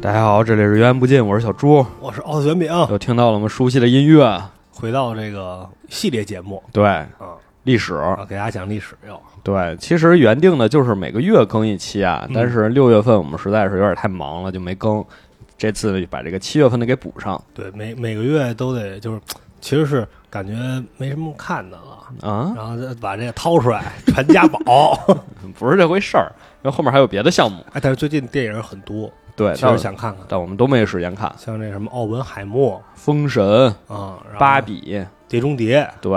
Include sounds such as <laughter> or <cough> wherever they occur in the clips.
大家好，这里是源源不尽，我是小猪。我是奥特卷饼，又听到了我们熟悉的音乐，啊回到这个系列节目对，啊，历史，啊给大家讲历史又对。其实原定的就是每个月更一期啊，但是六月份我们实在是有点太忙了，就没更。这次就把这个七月份的给补上对每每个月都得就是，其实是感觉没什么看的了，啊，然后再把这个掏出来传家 <laughs> 宝。不是这回事儿，因为后面还有别的项目。哎，但是最近电影很多，对，其但实想看看，但我们都没有时间看《像这什么奥本海默封神》《啊，然后芭比碟中谍》，对，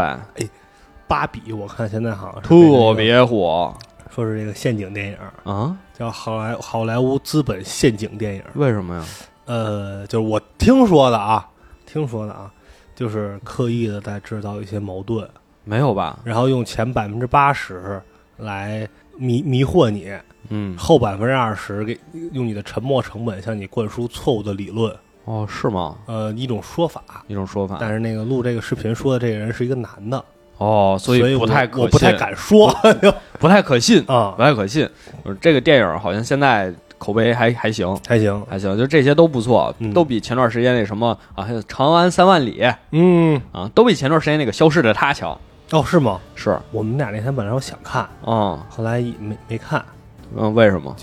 芭比我看现在好像是被这特个别火说是这个陷阱电影，啊？叫好莱好莱坞资本陷阱电影。为什么呀？呃，就是我听说的啊，听说的啊，就是刻意的在制造一些矛盾，没有吧？然后用前百分之八十来迷迷惑你，嗯，后百分之二十给用你的沉没成本向你灌输错误的理论，哦，是吗？呃，一种说法。一种说法但是那个录这个视频说的这个人是一个男的，哦，所以不我太可我不太信敢说不太可信， <laughs> 啊不，太可信。呃这个电影好像现在口碑还还行，还行，还行，就这些都不错，嗯都比前段时间那什么啊，还有《长安三万里》嗯，啊，都比前段时间那个《消失的她》强。哦，是吗？是，我们俩那天本来我想看，嗯后来也没没看，嗯，为什么？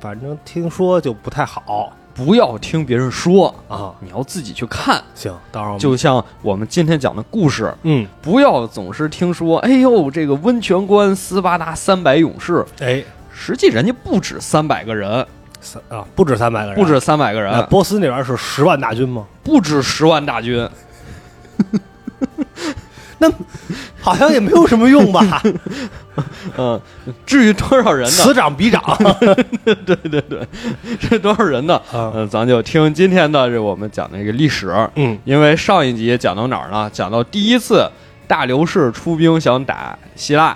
反正听说就不太好不要听别人说，啊。你要自己去看。行，到时候我们就像我们今天讲的故事，嗯，不要总是听说，哎呦，这个温泉关斯巴达三百勇士，哎，实际人家不止三百个人，三啊，不止三百个人，不止三百个那人，波斯那边是十万大军吗？不止十万大军， <laughs> 好像也没有什么用 <laughs> 吧？嗯，至于多少人呢？此长 <laughs> 彼长 <laughs> 对对对，是多少人呢？啊，嗯，咱就听今天的这我们讲的这个历史，嗯因为上一集讲到哪儿呢？讲到第一次大流士出兵想打希腊，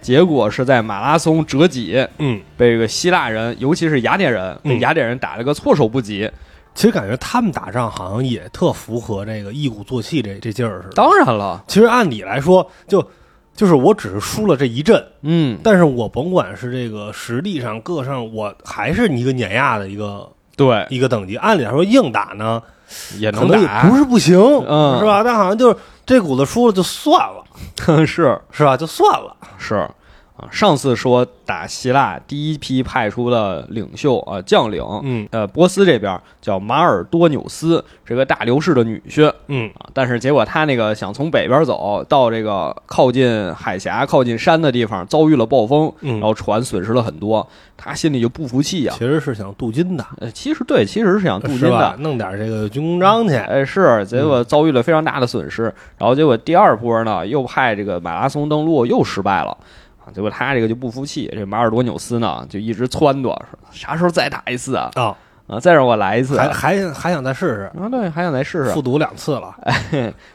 结果是在马拉松折戟，嗯，被这个希腊人，尤其是雅典人，被嗯雅典人打了个措手不及。其实感觉他们打仗好像也特符合这个一鼓作气这这劲儿似的。当然了，其实按理来说，就就是我只是输了这一阵，嗯，但是我甭管是这个实力上各上，我还是一个碾压的一个对，一个等级。按理来说，硬打呢，也可能能也打，不是不行，嗯是吧？但好像就是这股子输了就算了， <laughs> 是是吧？就算了。是啊。上次说打希腊第一批派出的领袖啊、将领，嗯呃，波斯这边叫马尔多纽斯，这个大流士的女婿嗯啊。但是结果他那个想从北边走到这个靠近海峡、靠近山的地方，遭遇了暴风，嗯然，后船损失了很多，他心里就不服气呀、其实是想镀金的，呃，其实对，其实是想镀金是吧嗯的。弄点这个军功章去。哎，是，结果遭遇了非常大的损失，然后结果第二波呢，又派这个马拉松登陆又失败了，啊，结果他这个就不服气，这马尔多纽斯呢就一直撺掇，说啥时候再打一次啊？啊，啊，再让我来一次啊，还还还想再试啊，哎对，还想再试试，试。复读两次了。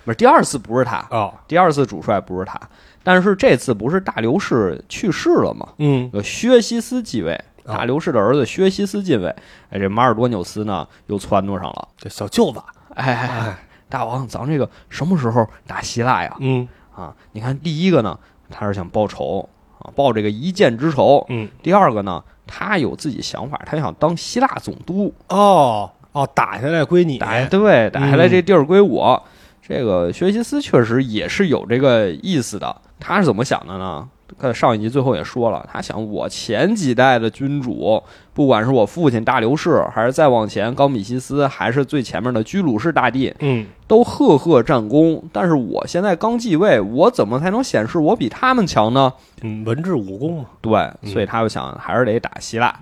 不是第二次不是他，哦，第二次主帅不是他，但是这次不是大流士去世了吗？嗯，呃，薛西斯继位，啊大流士的儿子薛西斯继位。哎，这马尔多纽斯呢又撺掇上了。这小舅子，哎哎哎，哎，大王，咱这个什么时候打希腊呀？嗯啊，你看第一个呢，他是想报仇啊，报这个一箭之仇；嗯，第二个呢，他有自己想法，他想当希腊总督，哦哦，打下来归你，打对，打下来嗯这地儿归我。这个薛西斯确实也是有这个意思的，他是怎么想的呢？呃，上一集最后也说了，他想我前几代的君主，不管是我父亲大流士，还是再往前高米西斯，还是最前面的居鲁士大帝，嗯都赫赫战功。但是我现在刚继位，我怎么才能显示我比他们强呢？嗯，文治武功嘛，对，所以他就想还是得打希腊，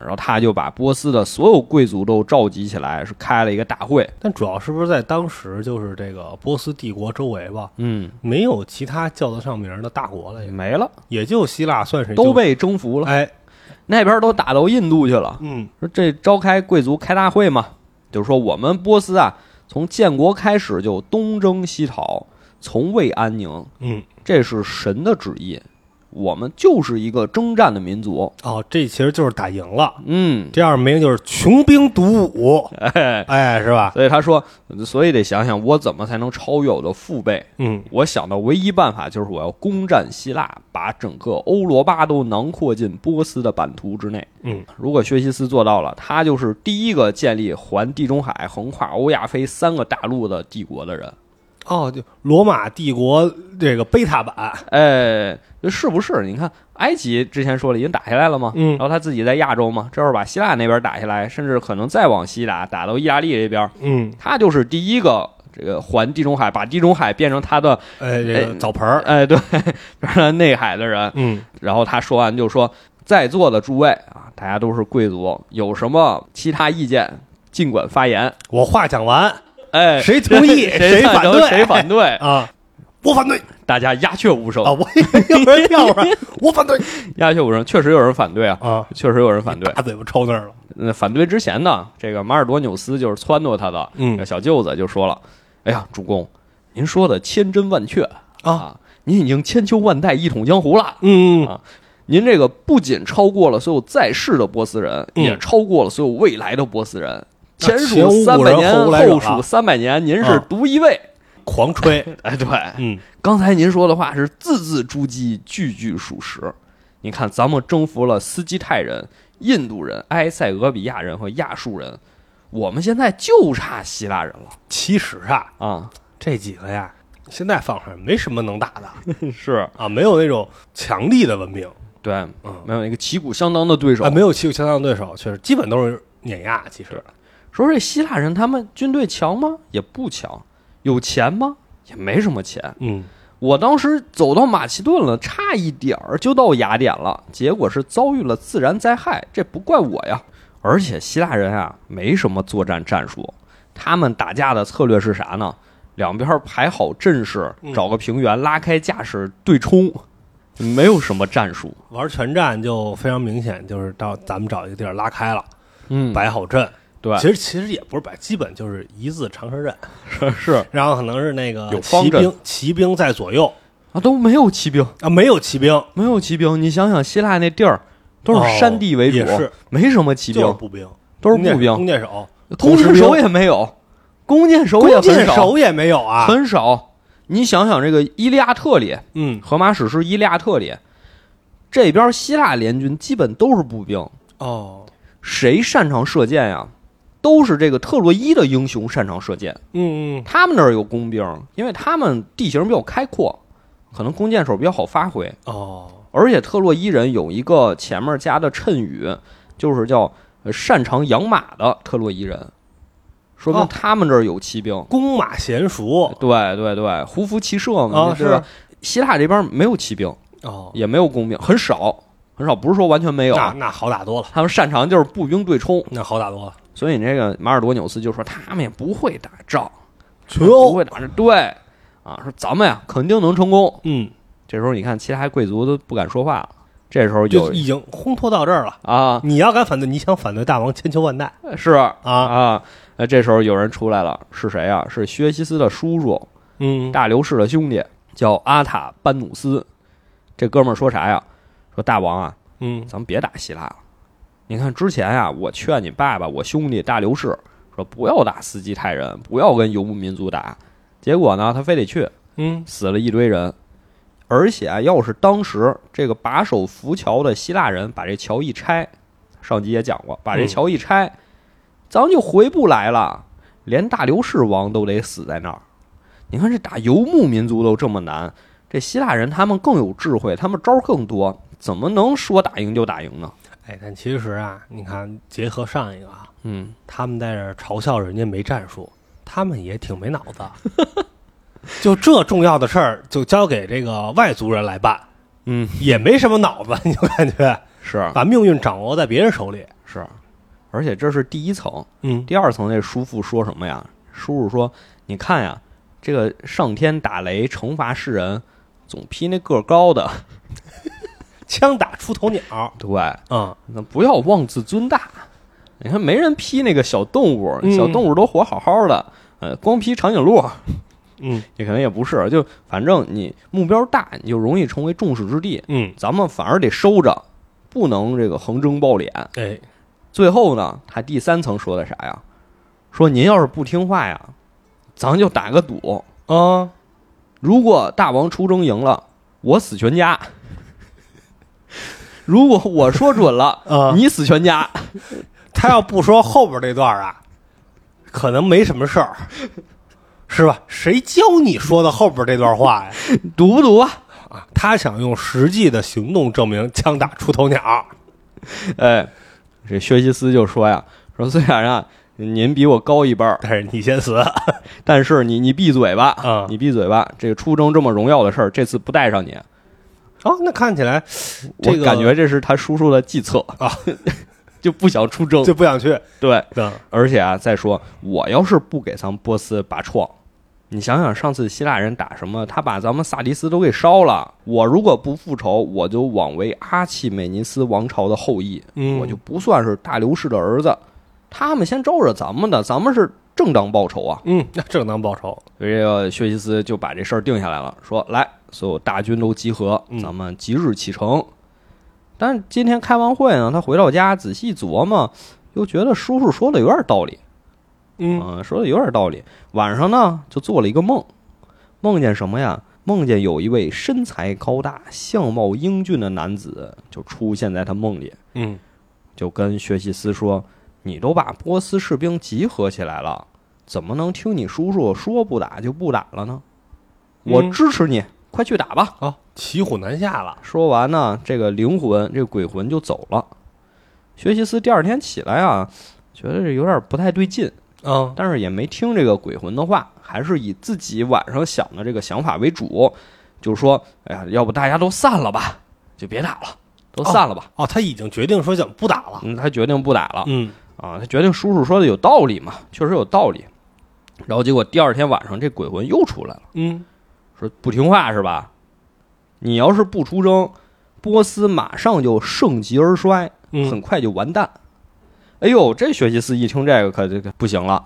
然后他就把波斯的所有贵族都召集起来，是开了一个大会。但主要是不是在当时就是这个波斯帝国周围吧，嗯，没有其他叫得上名儿的大国了，也没了。也就希腊算是都就被征服了，哎，那边都打到印度去了。嗯说这召开贵族开大会嘛，就是说我们波斯啊，从建国开始就东征西讨，从未安宁，嗯这是神的旨意。我们就是一个征战的民族。哦，这其实就是打赢了。嗯，第二名就是穷兵黩武，哎，哎，是吧？所以他说，所以得想想我怎么才能超越我的父辈。嗯，我想到唯一办法就是我要攻占希腊，把整个欧罗巴都囊括进波斯的版图之内。嗯，如果薛西斯做到了，他就是第一个建立环地中海、横跨欧亚非三个大陆的帝国的人。哦，就罗马帝国这个贝塔版，哎，是不是？你看埃及之前说了，已经打下来了吗？嗯然后他自己在亚洲嘛，这会儿把希腊那边打下来，甚至可能再往西打，打到意大利这边，嗯，他就是第一个这个环地中海，把地中海变成他的哎，这个哎澡盆儿，哎，对， <laughs> 变成内海的人。嗯，然后他说完就说，在座的诸位啊，大家都是贵族，有什么其他意见尽管发言。我话讲完，哎，谁同意 <laughs> 谁反赞成对谁反对，哦啊？我反对大家鸦雀无声啊！，我 <laughs> 有人跳出来，我反对鸦雀无声。确实有人反对啊，啊！确实有人反对。大嘴巴抽那儿了，那反对之前呢，这个马尔多纽斯就是撺掇他的，嗯这小舅子就说了：“哎呀，主公，您说的千真万确啊，您已经千秋万代一统江湖了。嗯啊您这个不仅超过了所有在世的波斯人，嗯也超过了所有未来的波斯人。那前前数无三古百人年，后无来者后啊数三百年，您是啊独一位。狂吹， <laughs> 哎，对，嗯刚才您说的话是字字珠玑，句句属实。你看，咱们征服了斯基泰人、印度人、埃塞俄比亚人和亚述人，我们现在就差希腊人了其实啊，啊！这几个呀，现在放上没什么能打的是啊，没有那种强力的文明对，嗯没有一个旗鼓相当的对手啊，。没有欺负强大的对手，确实基本都是碾压。其实，说这希腊人他们军队强吗？也不强。有钱吗？也没什么钱。嗯，我当时走到马其顿了，差一点儿就到雅典了，结果是遭遇了自然灾害，这不怪我呀。而且希腊人啊，没什么作战战术，他们打架的策略是啥呢？两边排好阵势，嗯找个平原拉开架势对冲，没有什么战术。玩全战就非常明显，就是到咱们找一个地儿拉开了，嗯，摆好阵。对，其实其实也不是摆，基本就是一字长蛇阵，实是然后可能是那个有方骑阵兵，骑兵在左右啊，都没有骑兵，啊，没有骑兵，没有骑兵。你想想，希腊那地儿都是山地为主，哦也是没什么骑兵就是，步兵，都是步兵弓，箭手，弓箭手也也没有，弓箭手也很弓箭少，手也没有啊。很少。你想想，这个《伊利亚特》里，《嗯，荷马史诗》《伊利亚特》里，这边希腊联军基本都是步兵，哦，谁擅长射箭呀？都是这个特洛伊的英雄擅长射箭，嗯嗯他们那儿有工兵，因为他们地形比较开阔，可能弓箭手比较好发挥。哦，而且特洛伊人有一个前面加的谶语，就是叫呃擅长养马的特洛伊人，说明哦他们这儿有骑兵。弓马娴熟对对对，胡服骑射嘛，啊对吧？希腊这边没有骑兵，哦，也没有工兵，很少很少，不是说完全没有那啊。那好打多了，他们擅长就是步兵对冲，那好打多了，所以你这个马尔多纽斯就说他们也不会打仗，群不殴。会打仗，对啊，说咱们呀肯定能成功。嗯，这时候你看，其他贵族都不敢说话了。这时候就有已经烘托到这儿了。啊，你要敢反对，你想反对大王千秋万代是啊？啊，那这时候有人出来了，是谁啊？是薛西斯的叔叔，嗯，大流士的兄弟，叫阿塔班努斯。这哥们儿说啥呀？说大王啊，嗯咱们别打希腊了。你看之前啊，我劝你爸爸，我兄弟大流士说不要打斯基泰人，不要跟游牧民族打。结果呢，他非得去，嗯，死了一堆人。而且啊，要是当时这个把守浮桥的希腊人把这桥一拆，上集也讲过，把这嗯桥一拆，咱们就回不来了，连大流士王都得死在那儿。你看这打游牧民族都这么难，这希腊人他们更有智慧，他们招儿更多，怎么能说打赢就打赢呢？哎，但其实啊，你看，结合上一个啊，嗯，他们在这儿嘲笑人家没战术，他们也挺没脑子。 <laughs> 就这重要的事儿，就交给这个外族人来办，嗯，也没什么脑子，你就感觉是啊把命运掌握在别人手里。是，啊而且这是第一层，嗯，第二层那叔父说什么呀？叔父说：“你看呀，这个上天打雷惩罚世人，总批那个儿高的。枪打出头鸟啊、对，那不要妄自尊大。你看没人批那个小动物，嗯小动物都活好好的，呃，光批长颈鹿。嗯也可能也不是，就反正你目标大，你就容易成为众矢之的。嗯，咱们反而得收着，不能这个横征暴敛。哎，最后呢，他第三层说的啥呀？说您要是不听话呀，咱就打个赌，啊，如果大王出征赢了，我死全家； <laughs> 如果我说准了，啊你死全家。他要不说后边这段啊，可能没什么事儿，是吧？谁教你说的后边这段话呀？赌不赌啊？啊，他想用实际的行动证明枪打出头鸟。哎，这薛西斯就说呀：“说虽然啊，您比我高一辈儿，但是你先死，但是你你闭嘴吧，嗯你闭嘴吧。这个出征这么荣耀的事儿，这次不带上你，哦，那看起来这我个感觉这是他叔叔的计策啊， <laughs> 就不想出征。就不想去。对，嗯，而且啊，再说我要是不给咱们波斯拔创，你想想上次希腊人打什么，他把咱们萨迪斯都给烧了。我如果不复仇，我就枉为阿契美尼斯王朝的后裔，嗯我就不算是大流士的儿子。他们先招惹咱们的，咱们是正当报仇啊。嗯，那正当报仇。所以这个薛西斯就把这事儿定下来了，说来，所有大军都集合嗯，咱们即日启程。但是今天开完会呢，他回到家仔细琢磨，又觉得叔叔说的有点道理。嗯，嗯，说的有点道理。晚上呢，就做了一个梦，梦见什么呀？梦见有一位身材高大、相貌英俊的男子就出现在他梦里，嗯，就跟薛西斯说：“你都把波斯士兵集合起来了，怎么能听你叔叔说不打就不打了呢？我嗯支持你，快去打吧好、骑虎难下了。！”说完呢，这个灵魂，这个鬼魂就走了。薛西斯第二天起来啊，觉得这有点不太对劲，嗯但是也没听这个鬼魂的话，还是以自己晚上想的这个想法为主，就是说，哎呀，要不大家都散了吧，就别打了，都散了吧。哦，他已经决定说想不打了。嗯，他决定不打了嗯啊，他决定叔叔说的有道理嘛，确实有道理。然后结果第二天晚上，这鬼魂又出来了，嗯，说不听话是吧？你要是不出征，波斯马上就盛极而衰，很嗯，快就完蛋。哎呦，这学习斯一听这个可这个不行了，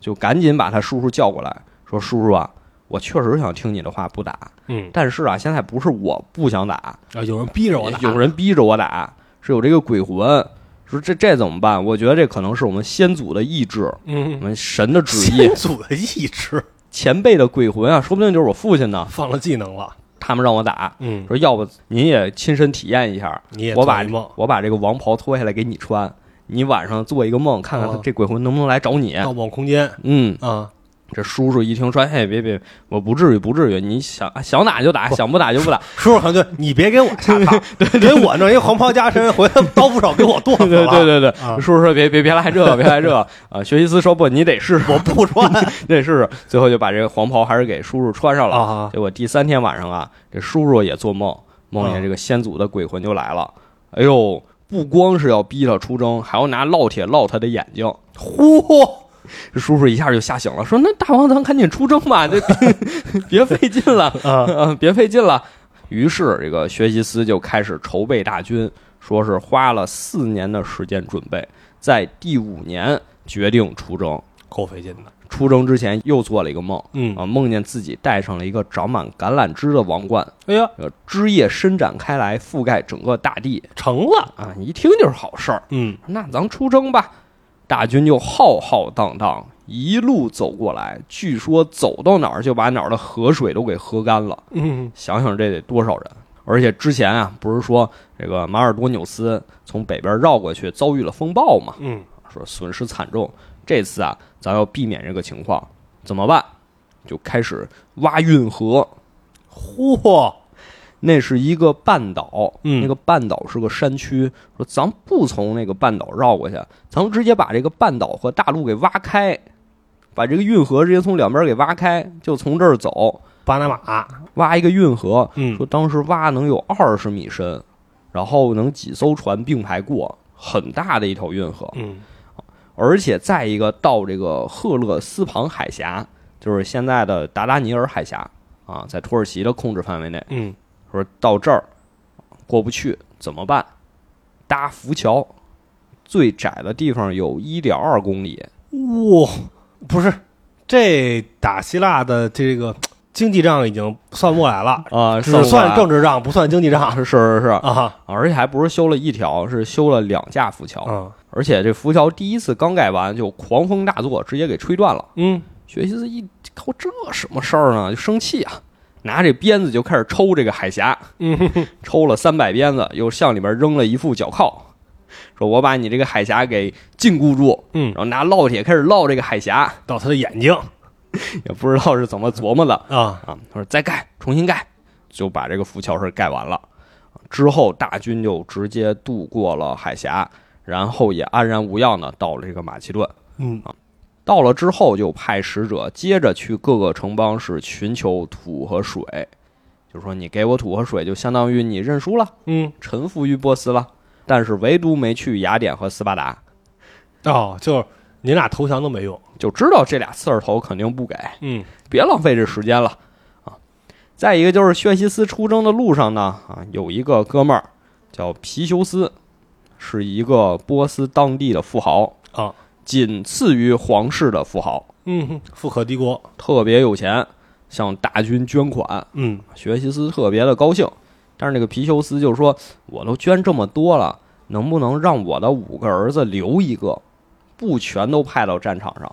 就赶紧把他叔叔叫过来，说：“叔叔啊，我确实想听你的话，不打。嗯但是啊，现在不是我不想打，啊，有人逼着我打，有人逼着我打，是有这个鬼魂。说这这怎么办？我觉得这可能是我们先祖的意志，我嗯，们神的旨意先，祖的意志前辈的鬼魂啊，说不定就是我父亲呢。放了技能了。他们让我打，嗯，说要不您也亲身体验一下，你也我做把一梦，我把这个王袍脱下来给你穿，你晚上做一个梦，看看他哦这鬼魂能不能来找你。盗梦空间嗯，啊，这叔叔一听说，哎，别别，我不至于，不至于，你想想打就打，想不打就不打。叔叔可能就你别 <laughs> 给我下套，给我弄一黄袍加身，回来刀斧手给 <laughs> 我剁死对了。对对对，啊叔叔说别别别来这个，别来这个啊！学习斯说不，你得试试，我不穿 <laughs> 你得试试。最后就把这个黄袍还是给叔叔穿上了。啊，结果第三天晚上啊，这叔叔也做梦，梦啊见这个先祖的鬼魂就来了。哎呦，不光是要逼他出征，还要拿烙铁烙他的眼睛。嚯，这叔叔一下就吓醒了，说：“那大王，咱赶紧出征 <laughs> 吧，这别费劲了， <laughs> 啊，别费劲了。”于是，这个学习斯就开始筹备大军，说是花了四年的时间准备，在第五年决定出征。够费劲的。出征之前又做了一个梦嗯，啊，梦见自己戴上了一个长满橄榄枝的王冠，哎呀，呃，枝叶伸展开来，覆盖整个大地成了。啊，一听就是好事儿。嗯，那咱出征吧。大军就浩浩荡荡一路走过来，据说走到哪儿就把哪儿的河水都给喝干了。嗯，想想这得多少人！而且之前啊，不是说这个马尔多纽斯从北边绕过去遭遇了风暴嘛，嗯，说损失惨重。这次啊，咱要避免这个情况，怎么办？就开始挖运河。嚯，那是一个半岛，嗯那个半岛是个山区。说咱不从那个半岛绕过去，咱们直接把这个半岛和大陆给挖开，把这个运河直接从两边给挖开，就从这儿走，巴拿马，挖一个运河。嗯说当时挖能有二十米深，然后能几艘船并排过，很大的一条运河。嗯，而且再一个到这个赫勒斯旁海峡，就是现在的达达尼尔海峡啊，在土耳其的控制范围内。嗯，说到这儿过不去怎么办？搭浮桥，最窄的地方有一点二公里，哇，不是，这打希腊的这个经济账已经算不过来了，啊，只算不过嗯算来政治账，不算经济账是是是，啊。而且还不是修了一条，是修了两架浮桥，嗯而且这浮桥第一次刚盖完就狂风大作，直接给吹断了。嗯，学习一靠这什么事儿呢？就生气啊，拿这鞭子就开始抽这个海峡，嗯，抽了三百鞭子，又向里面扔了一副脚铐，说我把你这个海峡给禁锢住，嗯然后拿烙铁开始烙这个海峡，到他的眼睛也不知道是怎么琢磨的啊，啊，他说再盖，重新盖，就把这个浮桥是盖完了。之后大军就直接渡过了海峡，然后也安然无恙的到了这个马其顿。嗯到了之后，就派使者接着去各个城邦是寻求土和水，就说你给我土和水，就相当于你认输了，嗯，臣服于波斯了。但是唯独没去雅典和斯巴达，哦，就是你俩投降都没用，就知道这俩刺儿头肯定不给，嗯别浪费这时间了啊！再一个就是薛西斯出征的路上呢，啊，有一个哥们儿叫皮修斯，是一个波斯当地的富豪，啊仅次于皇室的富豪，嗯，富可敌国，特别有钱，向大军捐款。嗯学习斯特别的高兴，但是那个皮修斯就说：“我都捐这么多了，能不能让我的五个儿子留一个，不全都派到战场上，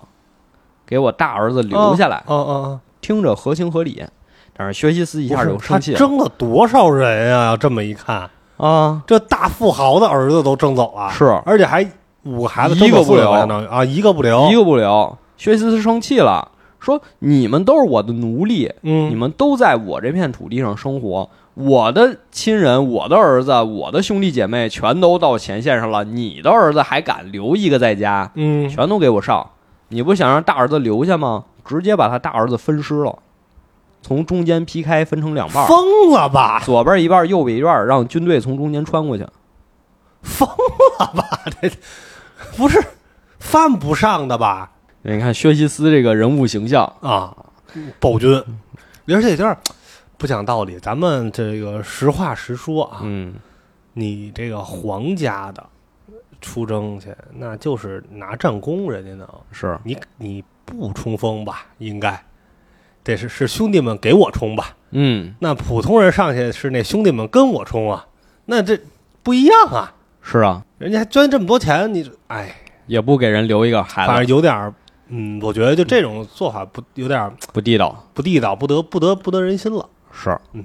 给我大儿子留下来？”啊啊，听着合情合理，但是学习斯一一下就生气了争了多少人啊？这么一看，啊！这大富豪的儿子都争走了，是而且还五个孩子，一个不留相当于啊，一个不留，一个不留，学习斯生气了，说：“你们都是我的奴隶，嗯，你们都在我这片土地上生活。”我的亲人、我的儿子、我的兄弟姐妹全都到前线上了，你的儿子还敢留一个在家？嗯全都给我上！你不想让大儿子留下吗？直接把他大儿子分尸了，从中间劈开，分成两半儿，疯了吧？左边一半儿，右边一半儿，让军队从中间穿过去。疯了吧？这不是犯不上的吧？你看薛西斯这个人物形象，啊，暴君，嗯而且有点儿不讲道理。咱们这个实话实说啊，嗯，你这个皇家的出征去，那就是拿战功，人家呢，是你你不冲锋吧？应该得是是兄弟们给我冲吧？嗯那普通人上去是那兄弟们跟我冲啊，那这不一样啊。是啊，人家还捐这么多钱，你哎，也不给人留一个反孩正子，有点儿，嗯，我觉得就这种做法不有点儿不地道。不地道，不得不得不得人心了。是，嗯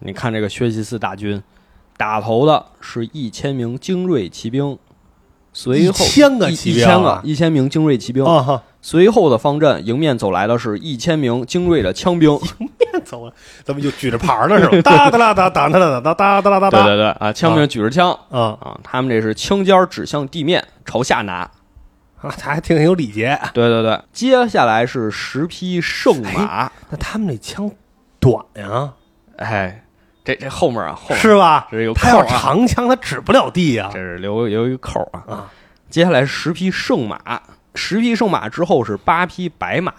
你看这个薛西斯大军，打头的是一千名精锐骑兵，随后1000个一骑一兵千个啊一千名精锐骑兵，啊哈，随后的方阵迎面走来的是一千名精锐的枪兵。走了，咱们就举着牌儿呢是吧？哒哒啦哒哒哒哒哒哒哒哒哒对哒对对啊，枪兵举着枪啊啊，他们这是枪尖儿指向地面，朝下拿。啊，他还挺有礼节。啊对对对，接下来是十匹圣马，那他们那枪短呀，哎，这这后面啊，后面是吧？这有他扣要啊，长枪，他指不了地呀这。是留留一个扣啊。啊，接下来十匹圣马，十匹圣马之后是八匹白马，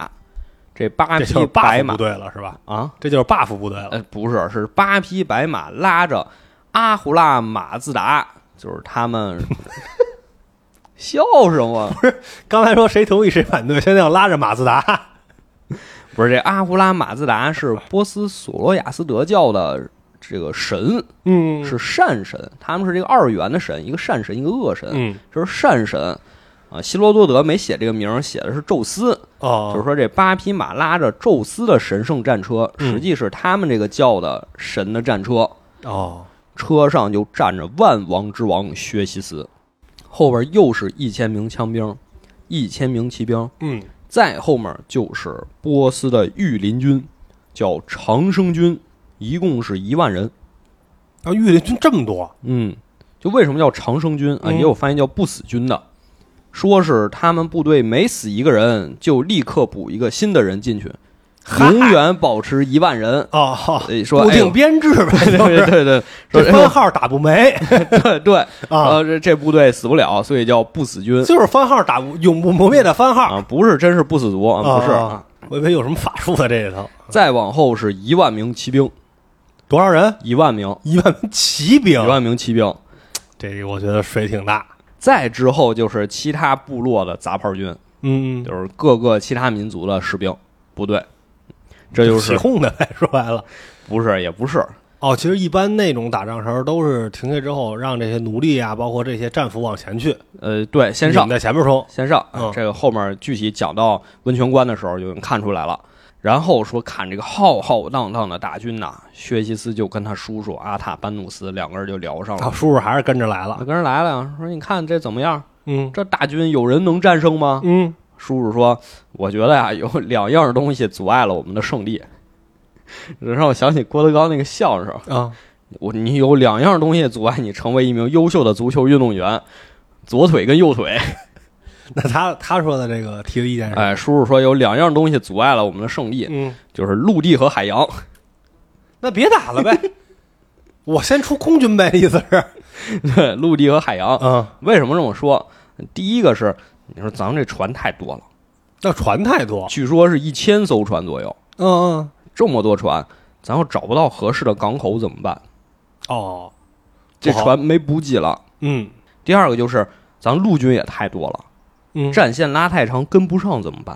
这八这就匹是 buff 白部马队了是吧？啊，这就是 buff 部队了。呃，不是，是八匹白马拉着阿胡拉马自达，就是他们 <laughs> 笑什么？刚才说谁同意谁反对，现在要拉着马自达。不是这阿胡拉马自达是波斯索罗亚斯德教的这个神，嗯是善神，他们是这个二元的神，一个善神，一个恶神，嗯就是善神。啊，希罗多德没写这个名儿，写的是宙斯，哦，就是说这八匹马拉着宙斯的神圣战车，嗯实际是他们这个教的神的战车，哦，车上就站着万王之王薛西斯，后边又是一千名枪兵，一千名骑兵，嗯再后面就是波斯的御林军，叫长生军，一共是一万人。啊，御林军这么多，嗯，就为什么叫长生军啊？嗯也有翻译叫不死军的，说是他们部队每死一个人，就立刻补一个新的人进去，<laughs> 嗨永远保持一万人。哦，哈所以说，固哎呦定编制呗， <laughs> 对就对是 <laughs> 对对，这说番号打不没哎 <laughs> 呦对对，啊，呃，这这部队死不了，所以叫不死军就是番号打不永不磨灭的番号，啊，不是真是不死族啊，不是啊。啊，我以为有什么法术在这里头，再往后是一万名骑兵，多少人？一万名，一万名骑兵一，万名骑兵。这个我觉得水挺大，再之后就是其他部落的杂牌军，嗯，嗯就是各个其他民族的士兵部队。这就起是哄的呗，说白了。不是也不是，哦，其实一般那种打仗时候都是停下之后，让这些奴隶啊，包括这些战俘往前去，呃，对，先你上们在前面冲。先上、啊嗯这个后面具体讲到温泉关的时候就能看出来了。然后说看这个浩浩荡荡的大军呐、薛西斯就跟他叔叔阿塔班努斯两个人就聊上啊，了。叔叔还是跟着来我了。跟人来了呀，说你看这怎么样？嗯这大军有人能战胜吗？嗯，叔叔说，我觉得呀、有两样东西阻碍了我们的胜利。这让我想起郭德纲那个相声，啊，我你有两样东西阻碍你成为一名优秀的足球运动员，左腿跟右腿。那他他说的这个提的意见是，哎，叔叔说有两样东西阻碍了我们的胜利，嗯，就是陆地和海洋。 <laughs> 那别打了呗，我先出空军呗，意思是，对，陆地和海洋。嗯，为什么这么说？第一个是，你说咱们这船太多了，那船太多，据说是一千艘船左右，嗯嗯，这么多船，咱要找不到合适的港口怎么办？哦，这不好船没补给了。嗯第二个就是，咱陆军也太多了，嗯，战线拉太长跟不上怎么办？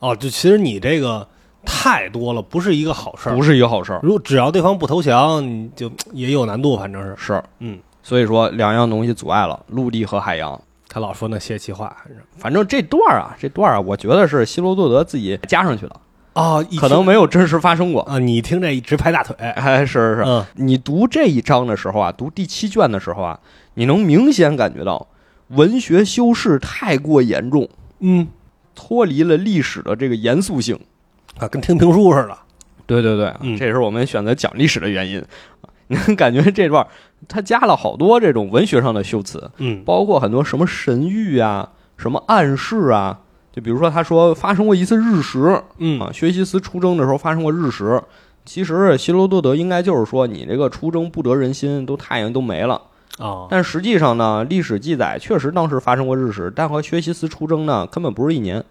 哦，就其实你这个太多了，不是一个好事儿。不是一个好事儿。如果只要对方不投降，你就也有难度，反正是是，嗯，所以说两样东西阻碍了陆地和海洋。他老说那些气话，反正反正这段儿啊，这段儿啊，我觉得是希罗多德自己加上去的。哦，一可听能没有真实发生过。 <laughs> 啊，你一听这一直拍大腿，哎，是是是，嗯，你读这一章的时候啊，读第七卷的时候啊，你能明显感觉到文学修饰太过严重，嗯脱离了历史的这个严肃性。啊，跟听评书似的，对对对，嗯这也是我们选择讲历史的原因。 <laughs> 你能感觉这段儿他加了好多这种文学上的修辞，嗯包括很多什么神谕啊、什么暗示啊。就比如说，他说发生过一次日食，嗯啊，薛西斯出征的时候发生过日食。其实希罗多德应该就是说，你这个出征不得人心，都太阳都没了。哦，但实际上呢，历史记载确实当时发生过日食，但和薛西斯出征呢，根本不是一年，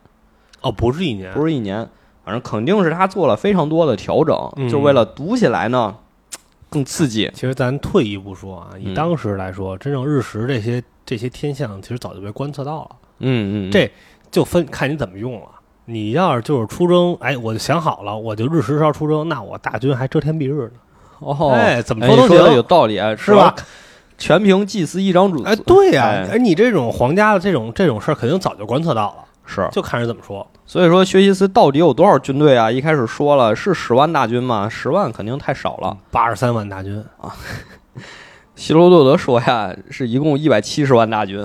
哦，不是一年，不是一年，反正肯定是他做了非常多的调整，嗯就为了读起来呢更刺激。其实咱退一步说啊，以嗯当时来说，真正日食这些这些天象，其实早就被观测到了，嗯嗯，这就分看你怎么用了。你要是就是出征，哎，我就想好了，我就日食时候出征，那我大军还遮天蔽日呢。哦，哎，怎么哎说你都行，的有道理，哎是吧？？全凭祭司一张主，哎，对呀、哎而你这种皇家的这种这种事儿，肯定早就观测到了，是。就看人怎么说。所以说，薛西斯到底有多少军队啊？一开始说了是十万大军嘛，十万肯定太少了。八十三万大军，希罗多德说呀，是一共一百七十万大军。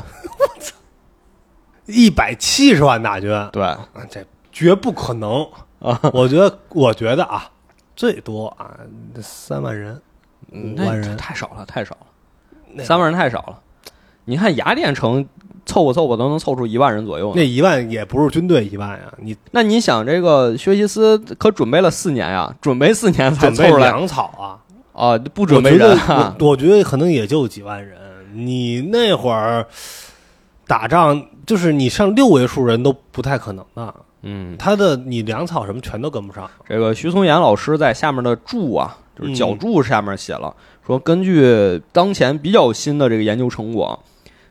一百七十万大军，啊对，这绝不可能啊！我觉得，我觉得啊，最多啊三万人，嗯五万那人太少了，太少那了，三万人太少了。你看雅典城凑合凑合都能凑出一万人左右呢那。一万也不是军队一万呀、你那你想，这个薛西斯可准备了四年呀，准备四年才准凑备出来粮草啊，啊，不我准备觉得人啊，我，我觉得可能也就几万人。你那会儿打仗，就是你上六位数人都不太可能的，嗯，他的你粮草什么全都跟不上。这个徐松岩老师在下面的注啊，就是脚嗯注下面写了，说根据当前比较新的这个研究成果，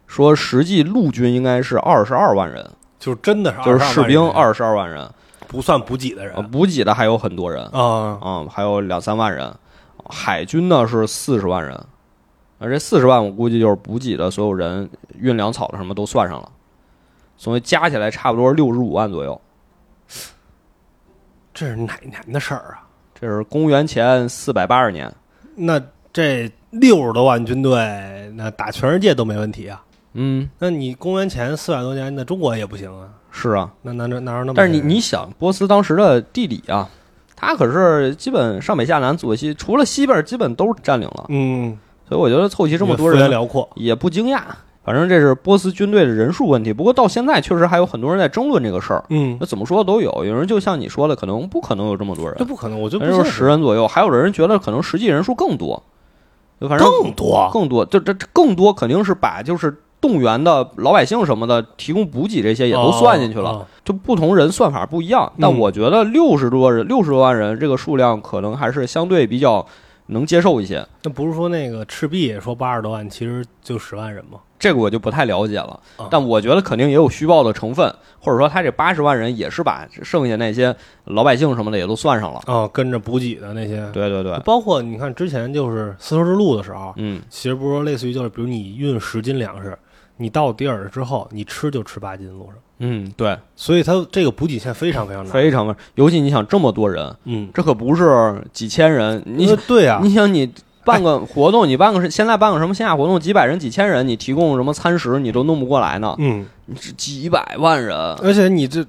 说实际陆军应该是二十二万人，就是真的是就是22士兵万人啊二十二万人，不算补给的人呃补给的还有很多人，啊，嗯，还有两三万人，海军呢是四十万人，而这四十万我估计就是补给的所有人、运粮草的什么都算上了，所以加起来差不多六十五万左右。这是哪年的事儿啊？这是公元前四百八十年，那这六十多万军队，那打全世界都没问题啊。嗯，那你公元前四百多年，那中国也不行啊。是啊，那哪哪哪有那么？但是你你想，波斯当时的地理啊，它可是基本上北下南左西，除了西边基本都占领了，嗯，所以我觉得凑齐这么多幅员人嗯辽阔，也不惊讶。反正这是波斯军队的人数问题，不过到现在确实还有很多人在争论这个事儿。嗯，那怎么说都有，有人就像你说的，可能不可能有这么多这人，不可能，我有就不人说信十人左右，还有的人觉得可能实际人数更多，就反正更多，啊更多，就这这更多肯定是把就是动员的老百姓什么的提供补给这些也都算进去了，哦。哦就不同人算法不一样。但嗯我觉得六十多人、六十多万人这个数量可能还是相对比较能接受一些。那不是说那个赤壁也说八十多万，其实就十万人吗？这个我就不太了解了啊，但我觉得肯定也有虚报的成分，或者说他这八十万人也是把剩下那些老百姓什么的也都算上了。哦，跟着补给的那些，嗯对对对，包括你看之前就是丝绸之路的时候，嗯，其实不是说类似于就是比如你运十斤粮食，你到底尔之后你吃就吃八斤路上，嗯，对，所以它这个补给线非常非常难。非常非常，尤其你想这么多人，嗯，这可不是几千人，你呃想、对啊，你想你办个 <laughs> 活动，你办个是现在办个什么线下活动，几百人、几千人，你提供什么餐食，你都弄不过来呢，嗯，你是几百万人，而且你这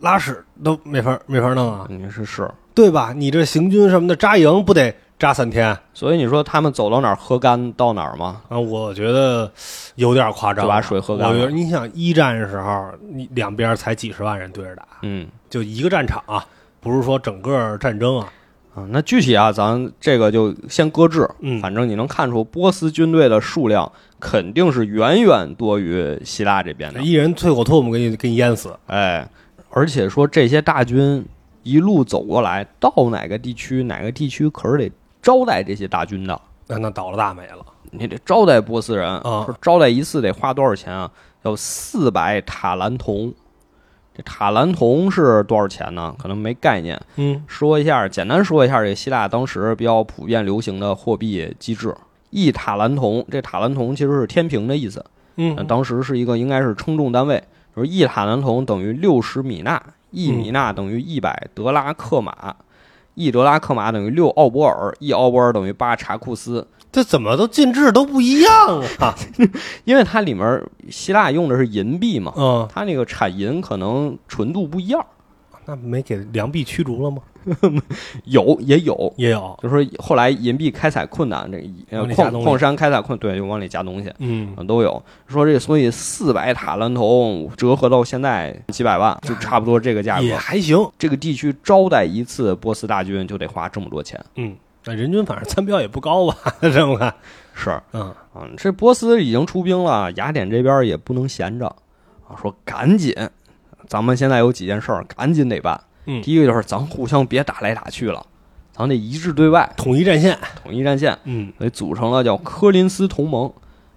拉屎都没法没法弄啊，你是是，对吧？你这行军什么的扎营不得扎三天所以你说他们走到哪儿喝干到哪儿吗？啊？我觉得有点夸张就了，把水喝干我觉了得，你想一战的时候，你两边才几十万人对着打，嗯。就一个战场啊，不是说整个战争啊。啊，那具体啊，咱这个就先搁置。嗯反正你能看出波斯军队的数量肯定是远远多于希腊这边的。一人啐口唾沫给你给你淹死。哎，而且说这些大军一路走过来，到哪个地区，哪个地区可是得招待这些大军的。那那倒了大霉了，你得招待波斯人啊说招待一次得花多少钱啊？要四百塔兰铜。这塔兰铜是多少钱呢？可能没概念。嗯，说一下，简单说一下这希腊当时比较普遍流行的货币机制。一塔兰铜，这塔兰铜其实是天平的意思，嗯那当时是一个应该是称重单位，就是一塔兰铜等于六十米纳，一嗯米纳等于一百德拉克马，一德拉克马等于六奥伯尔，一奥伯尔等于八查库斯。这怎么都进制都不一样啊？ <laughs> 因为它里面希腊用的是银币嘛，嗯，它那个产银可能纯度不一样，那没给良币驱逐了吗？有也有，也有，就说后来银币开采困难，这个呃往里加矿东西矿山开采困，对，就往里加东西，嗯，嗯，都有。说这所以四百塔兰铜折合到现在几百万，就差不多这个价格也。还行，这个地区招待一次波斯大军就得花这么多钱，嗯，那人均反正参标也不高吧？ <laughs> 这么看，是，嗯，嗯，这波斯已经出兵了，雅典这边也不能闲着啊，说赶紧，咱们现在有几件事儿赶紧得办。嗯第一个就是咱互相别打来打去了，咱得一致对外，统一战线，统一战线。嗯所以组成了叫科林斯同盟。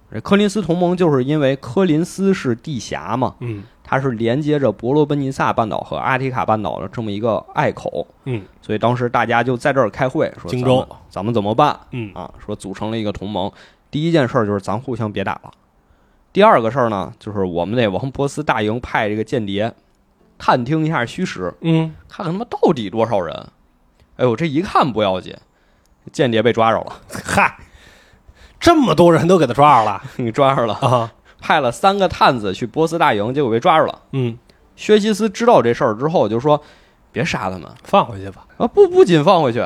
这科林斯同盟就是因为科林斯是地峡嘛，嗯它是连接着伯罗奔尼撒半岛和阿提卡半岛的这么一个隘口，嗯所以当时大家就在这儿开会，说荆咱们州咱们怎么办嗯啊？说组成了一个同盟，第一件事儿就是咱互相别打了。第二个事儿呢，就是我们得往波斯大营派这个间谍，探听一下虚实，嗯，看看他妈到底多少人。哎呦，这一看不要紧，间谍被抓着了， <laughs> 嗨，这么多人都给他抓着了你抓着了。啊？派了三个探子去波斯大营，结果被抓住了。嗯，薛西斯知道这事儿之后，就说：“别杀他们放回去吧。啊！不，不仅放回去，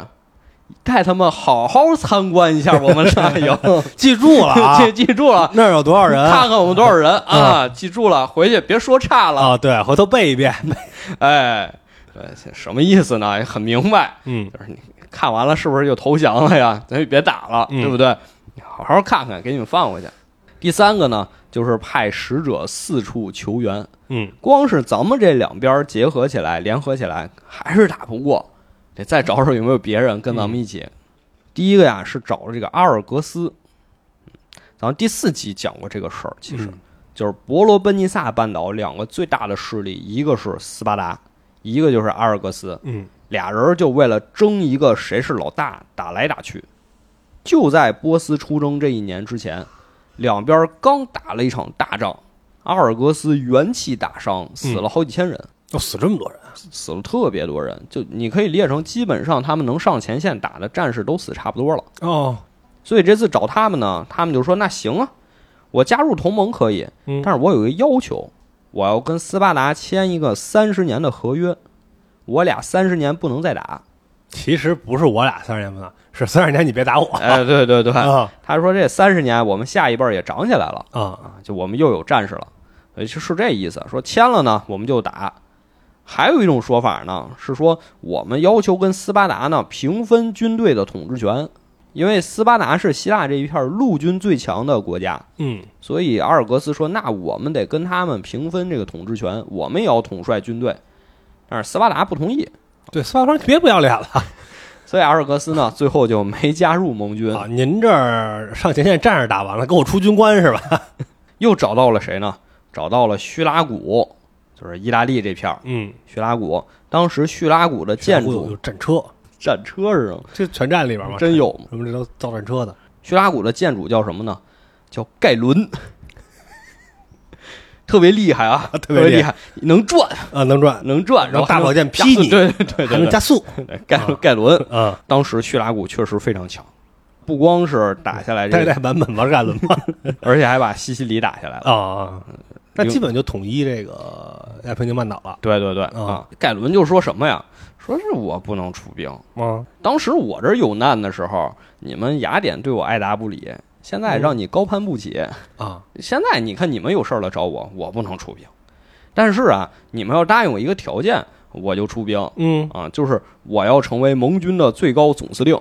带他们好好参观一下我们大营。 <laughs> 记住了啊， <laughs> 记记住了，那儿有多少人嗯看看我们多少人啊！记住了，回去别说差了。啊？对，回头背一遍。嗯哎，呃什么意思呢？也很明白，嗯就是你看完了是不是就投降了呀？咱就别打了，嗯对不对？你好好看看，给你们放回去。第三个呢，就是派使者四处求援。”嗯，光是咱们这两边结合起来、联合起来，还是打不过，得再找找有没有别人跟咱们一起。第一个呀是找了这个阿尔格斯，咱们第四集讲过这个事儿，其实、嗯就是伯罗奔尼撒半岛两个最大的势力，一个是斯巴达，一个就是阿尔格斯，嗯俩人就为了争一个谁是老大打来打去。就在波斯出征这一年之前，两边刚打了一场大仗，阿尔格斯元气大伤，死了好几千人，哦，死这么多人，死了特别多人。就你可以列成，基本上他们能上前线打的战士都死差不多了。哦，所以这次找他们呢，他们就说：“那行啊，我加入同盟可以，嗯但是我有一个要求，我要跟斯巴达签一个三十年的合约，我俩三十年不能再打。”其实不是我俩三十年不打，是三十年你别打我 <laughs> 哎，对对对，啊他说这三十年我们下一辈儿也长起来了啊！啊，就我们又有战士了，所以是这意思。说签了呢，我们就打。还有一种说法呢，是说我们要求跟斯巴达呢平分军队的统治权，因为斯巴达是希腊这一片陆军最强的国家，嗯所以阿尔格斯说，那我们得跟他们平分这个统治权，我们也要统帅军队。但是斯巴达不同意，对，斯巴达别不要脸了，所以阿尔克斯呢，最后就没加入盟军，啊，您这儿上前线战士打完了，跟我出军官是吧？又找到了谁呢？找到了叙拉古，就是意大利这片儿。 <laughs> 嗯，叙拉古当时叙拉古的建有筑有战车，战车是什么？这全站里边吗？真有吗？什么这都造战车的，叙拉古的建筑叫什么呢？叫盖伦， <laughs> 特别厉害 <laughs> 啊，特别厉害害，能转，啊，能转，能转，然能后大还宝能剑劈你，对对对还对能对加速，对，盖盖伦。啊，当时叙拉古确实非常强，不光是打下来代这代个，版本玩盖伦嘛，而且还把西西里打下来了。 <laughs> 啊，那基本就统一这个太平洋半岛了，对对对啊啊，盖伦就说什么呀？说是我不能出兵，啊，当时我这儿有难的时候，你们雅典对我爱答不理，现在让你高攀不起。啊，现在你看你们有事儿了找我，我不能出兵。但是啊，你们要答应我一个条件，我就出兵嗯，啊，就是我要成为盟军的最高总司令。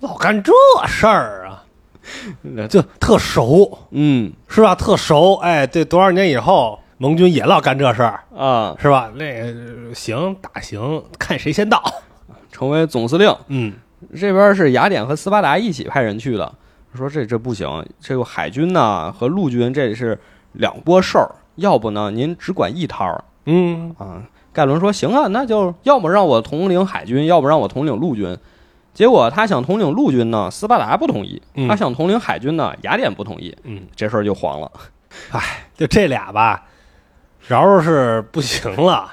老干这事儿啊，嗯就特熟嗯是吧？特熟，哎，对，多少年以后，盟军也老干这事儿啊，是吧？那呃行打行，看谁先到，成为总司令。嗯，这边是雅典和斯巴达一起派人去的，说这这不行，这个海军呐和陆军这是两拨事儿，要不呢您只管一摊儿嗯，啊。盖伦说行啊，那就要么让我统领海军，要不让我统领陆军。结果他想统领陆军呢，斯巴达不同意；嗯他想统领海军呢，雅典不同意。嗯，这事儿就黄了。就这俩吧，饶饶是不行了，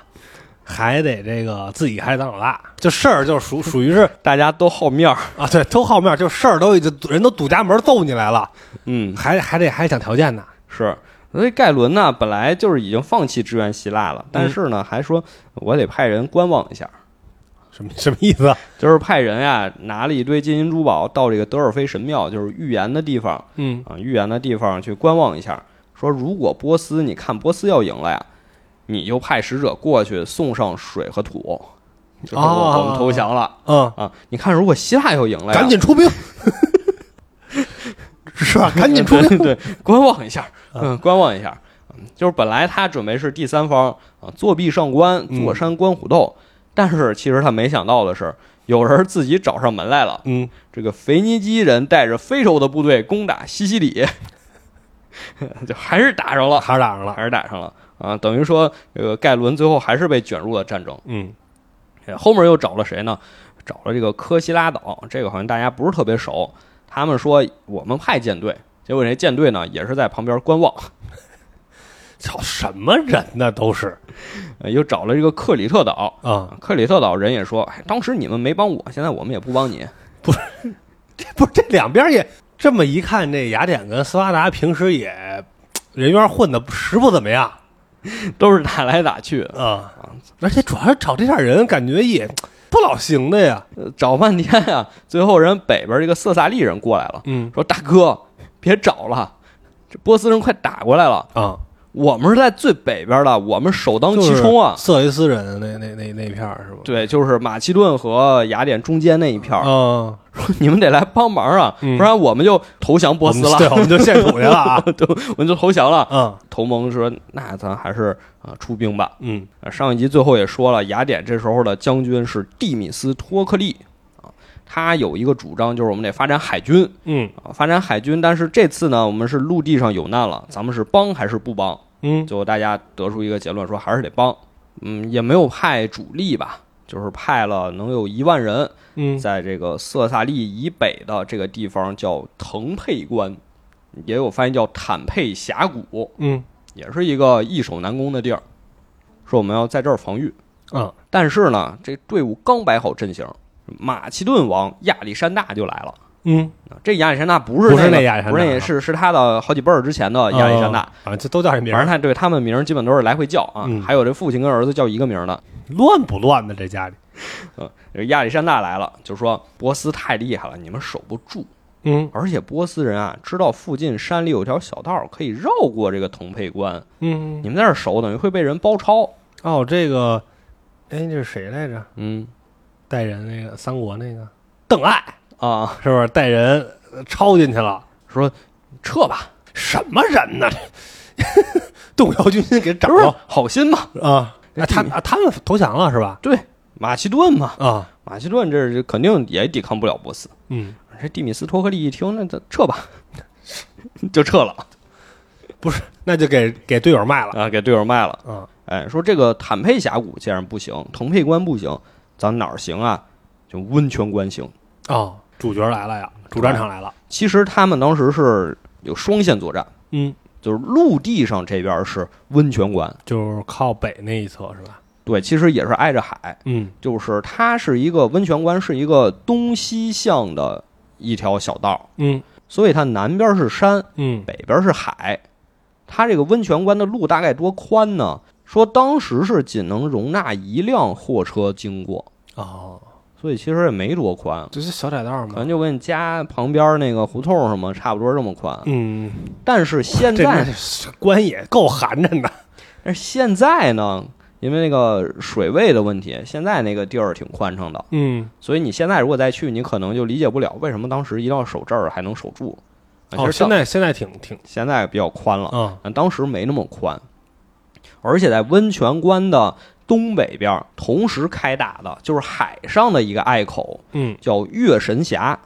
还得这个自己还得当老大，这事儿就 <laughs> 属属于是大家都好面儿，啊，对，都好面儿，就事儿都已经人都堵家门揍你来了，嗯，还还得还讲条件呢，是。所以盖伦呢，本来就是已经放弃支援希腊了，但是呢，还说我得派人观望一下。什么什么意思？就是派人呀、拿了一堆金银珠宝到这个德尔菲神庙，就是预言的地方嗯啊，预言的地方去观望一下。说如果波斯，你看波斯要赢了呀，你就派使者过去送上水和土，就是我,、哦我们投降了嗯，啊。你看，如果希腊要赢了呀，赶紧出兵， <laughs> 是吧？赶紧出兵，对，观望一下，啊嗯，观望一下。嗯就是本来他准备是第三方啊，作壁上观，嗯坐山观虎斗，但是其实他没想到的是，有人自己找上门来了。 <laughs> 嗯，这个腓尼基人带着非洲的部队攻打西西里， <laughs> 就还是打上了，还是打上了，还是打上了啊！等于说，这个盖伦最后还是被卷入了战争。哎嗯后面又找了谁呢？找了这个科西拉岛，这个好像大家不是特别熟。他们说我们派舰队，结果这舰队呢也是在旁边观望。操，什么人呢？都是呃又找了这个克里特岛，啊，克里特岛人也说，哎，当时你们没帮我，现在我们也不帮你。 <laughs> 不是这两边也这么一看，这雅典跟斯巴达平时也人缘混的实不怎么样都是打来打去的，啊，而且主要是找这点人，感觉也不老行的呀。呃找半天啊，最后人北边这个色萨利人过来了。嗯说大哥，别找了，这波斯人快打过来了，啊，我们是在最北边的，我们首当其冲啊！色雷斯人那那那那片儿是吧？对，就是马其顿和雅典中间那一片儿，啊， <laughs> 你们得来帮忙啊，嗯不然我们就投降波斯我们对，了， <laughs> 我们就献土去了 <laughs> 啊。对，我们就投降了。嗯同盟说，那咱还是啊、呃出兵吧。嗯呃上一集最后也说了，雅典这时候的将军是蒂米斯托克利啊，他有一个主张，就是我们得发展海军嗯啊，发展海军。但是这次呢，我们是陆地上有难了，咱们是帮还是不帮？嗯最后大家得出一个结论，说还是得帮。嗯，也没有派主力吧，就是派了能有一万人，嗯在这个色萨利以北的这个地方叫腾佩关，也有翻译叫坦佩峡谷，嗯也是一个易守难攻的地儿。说我们要在这儿防御，啊但是呢，这队伍刚摆好阵型，马其顿王亚历山大就来了。嗯，这亚历山大不是不是那那个亚历山大不是那啊是是他的好几辈儿之前的亚历山大，啊，反正就都叫这名反正儿，他对他们名儿基本都是来回叫啊，嗯还有这父亲跟儿子叫一个名儿的。乱不乱的这家里？这亚历山大来了，就说波斯太厉害了，你们守不住。嗯而且波斯人啊，知道附近山里有条小道可以绕过这个腾佩关，嗯，你们在这儿守，等于会被人包抄。哦，这个，哎，这是谁来着？嗯带人那个三国那个邓艾啊，是不是带人呃抄进去了？说撤吧，什么人呢？ <laughs> 动摇军心给找哎不是好心嘛，啊！啊，他啊，他们投降了是吧？对，马其顿嘛，啊，马其顿这儿就肯定也抵抗不了波斯。嗯，这蒂米斯托克利一听，那咱撤吧， <laughs> 就撤了那就给给队友卖了。啊，给队友卖了。嗯，哎，说这个坦佩峡谷既然不行，腾佩关不行，咱哪儿行啊？就温泉关行。哦，主角来了呀，主战场来了。其实他们当时是有双线作战，嗯，就是陆地上这边是温泉关，就是靠北那一侧是吧？对，其实也是挨着海，嗯就是它是一个温泉关，是一个东西向的一条小道，嗯所以它南边是山，嗯北边是海。它这个温泉关的路大概多宽呢？说当时是仅能容纳一辆货车经过，哦，所以其实也没多宽，就是小窄道可能。就跟你家旁边那个胡同什么差不多这么宽。嗯，但是现这在那是关也够寒碜的。但是现在呢，因为那个水位的问题，现在那个地儿挺宽敞的，嗯，所以你现在如果再去，你可能就理解不了为什么当时一到守这儿还能守住。啊其哦，实现在现在挺挺现在比较宽了，啊，但当时没那么宽。而且在温泉关的东北边，同时开打的就是海上的一个隘口，嗯叫月神峡。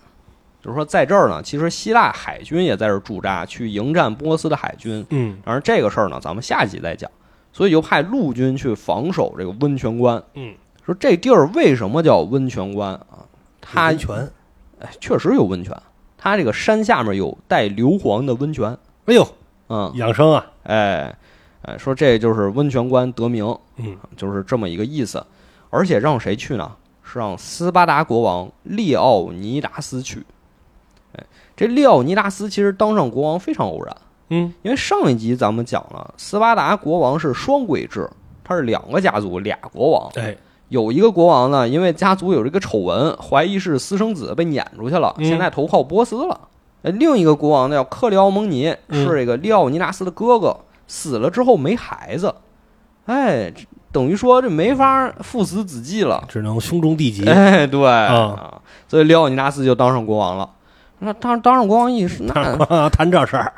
就是说，在这儿呢，其实希腊海军也在这儿驻扎，去迎战波斯的海军。嗯然而这个事儿呢，咱们下集再讲。所以就派陆军去防守这个温泉关。嗯，说这地儿为什么叫温泉关啊？它温泉。哎确实有温泉，它这个山下面有带硫磺的温泉。哎呦，嗯，养生啊。哎，哎，说这就是温泉关得名，嗯就是这么一个意思。而且让谁去呢？是让斯巴达国王利奥尼达斯去。哎，这利奥尼达斯其实当上国王非常偶然。嗯因为上一集咱们讲了，斯巴达国王是双轨制，他是两个家族俩国王。哎有一个国王呢，因为家族有这个丑闻，怀疑是私生子被撵出去了，嗯现在投靠波斯了。呃另一个国王呢叫克里奥蒙尼，嗯是这个利奥尼达斯的哥哥，死了之后没孩子，哎，这等于说这没法父死子继了。只能胸中地极。哎，对啊，所以利奥尼达斯就当上国王了。那当当上国王一说， <laughs> 那谈这事儿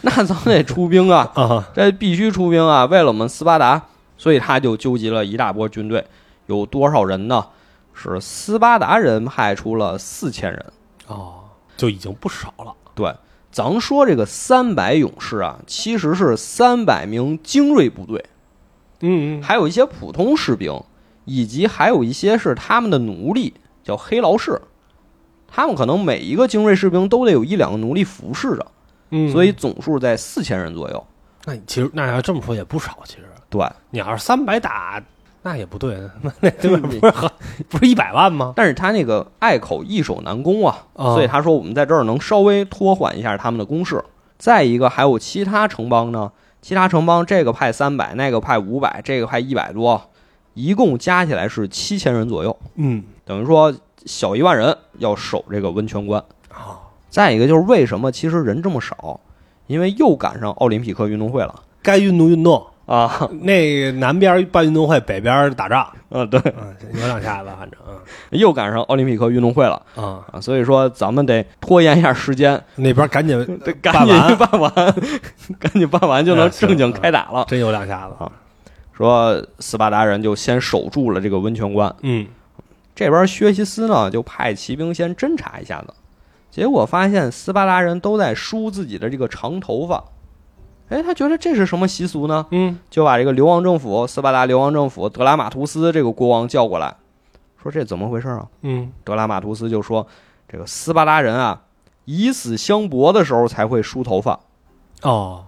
那咱们得出兵啊，啊，这必须出兵啊！为了我们斯巴达，所以他就纠集了一大波军队，有多少人呢？是斯巴达人派出了四千人。哦，就已经不少了。对，咱说这个嗯三百勇士啊，其实是三百名精锐部队，嗯还有一些普通士兵，以及还有一些是他们的奴隶，叫黑劳士。他们可能每一个精锐士兵都得有一两个奴隶服侍着，嗯所以总数在四千人左右。那你其实那要这么说也不少，其实对，你要是三百打，那也不对， <laughs> 那那对面不是很不是一百万吗？但是他那个隘口易守难攻啊，啊所以他说我们在这儿能稍微拖缓一下他们的攻势。再一个，还有其他城邦呢，其他城邦这个派三百，那个派五百，这个派一百多，一共加起来是七千人左右，嗯等于说小一万人要守这个温泉关。啊，再一个就是为什么其实人这么少，因为又赶上奥林匹克运动会了该运动运动，啊，那南边办运动会，北边打 <laughs> 仗， <laughs> 嗯，对，嗯，有两下子，反正嗯又赶上奥林匹克运动会了啊，啊，所以说咱们得拖延一下时间，那边 <laughs> 赶紧得赶紧办完办完， <laughs> 赶紧办完就能哎行正经开打了。真有两下子，说斯巴达人就先守住了这个温泉关，嗯这边薛西斯呢就派骑兵先侦查一下子，结果发现斯巴达人都在梳自己的这个长头发，哎，他觉得这是什么习俗呢？嗯就把这个流亡政府斯巴达流亡政府德拉马图斯这个国王叫过来，说这怎么回事啊？嗯，德拉马图斯就说，这个斯巴达人啊，以死相搏的时候才会梳头发，哦，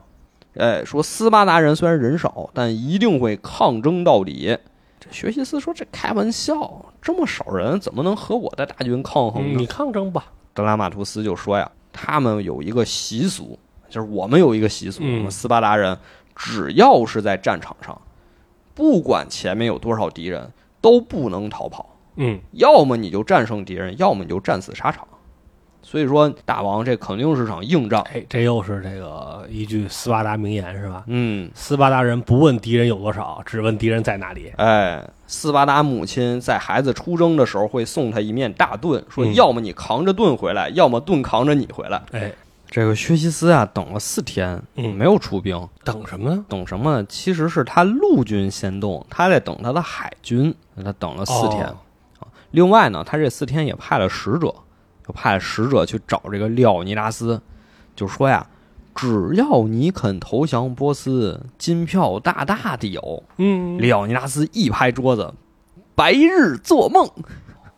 哎，说斯巴达人虽然人少，但一定会抗争到底。这学习斯说：“这开玩笑，这么少人怎么能和我的大军抗衡呢？”嗯你抗争吧，德拉马图斯就说呀：“他们有一个习俗，就是我们有一个习俗，嗯我们斯巴达人只要是在战场上，不管前面有多少敌人，都不能逃跑。嗯要么你就战胜敌人，要么你就战死沙场。所以说，大王这肯定是场硬仗。哎，这又是这个一句斯巴达名言是吧？嗯，斯巴达人不问敌人有多少，只问敌人在哪里。哎，斯巴达母亲在孩子出征的时候会送他一面大盾，说嗯要么你扛着盾回来，要么盾扛着你回来。哎，这个薛西斯啊，等了四天，嗯没有出兵，等什么呢？等什么呢？其实是他陆军先动，他在等他的海军，他等了四天。哦啊另外呢，他这四天也派了使者，就派使者去找这个廖尼达斯，就说呀，只要你肯投降波斯，金票大大的有。嗯，廖尼达斯一拍桌子，白日做梦，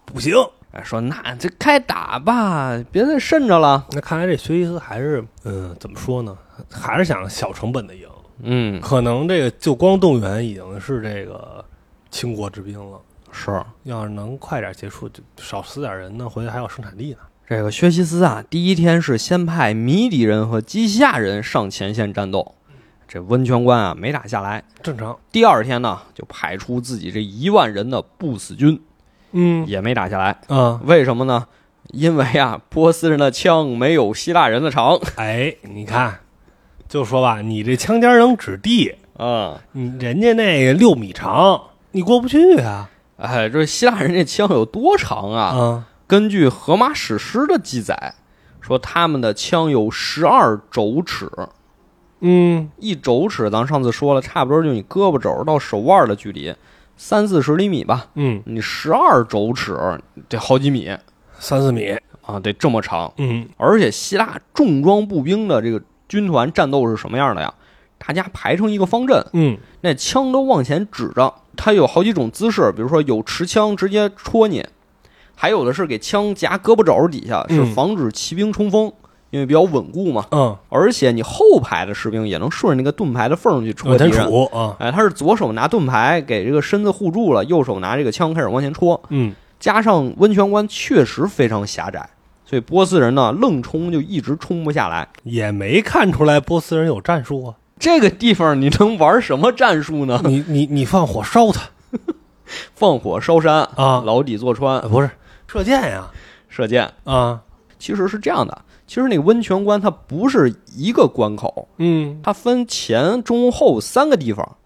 不行。哎，说那这开打吧，别再慎着了。那看来这学习斯还是，嗯，怎么说呢？还是想小成本的赢。嗯，可能这个就光动员已经是这个倾国之兵了。是要是能快点结束，就少死点人呢，回去还有生产力呢。这个薛西斯啊，第一天是先派米底人和基夏人上前线战斗，这温泉关啊没打下来。正常，第二天呢，就派出自己这一万人的不死军，嗯也没打下来。啊，为什么呢？因为啊，波斯人的枪没有希腊人的长哎，你看，就说吧，你这枪尖儿能指地，啊。你人家那个六米长，你过不去啊哎，这希腊人这枪有多长啊？啊！根据荷马史诗的记载，说他们的枪有十二肘尺，嗯，一肘尺，咱上次说了，差不多就你胳膊肘到手腕的距离，三四十厘米吧。嗯，你十二肘尺得好几米三四米，啊，得这么长。嗯，而且希腊重装步兵的这个军团战斗是什么样的呀？大家排成一个方阵，嗯，那枪都往前指着。它有好几种姿势，比如说有持枪直接戳你，还有的是给枪夹胳膊肘底下，是嗯防止骑兵冲锋，因为比较稳固嘛。嗯，而且你后排的士兵也能顺着那个盾牌的缝儿去戳往敌前人。杵啊，哎，他是左手拿盾牌给这个身子护住了，右手拿这个枪开始往前戳。嗯，加上温泉关确实非常狭窄，所以波斯人呢愣冲就一直冲不下来。也没看出来波斯人有战术啊。这个地方你能玩什么战术呢？你你你放火烧他放火烧山啊牢底坐啊，穿，不是射箭呀射箭。啊，其实是这样的，其实那个温泉关它不是一个关口，嗯它分前、中、后三个地方，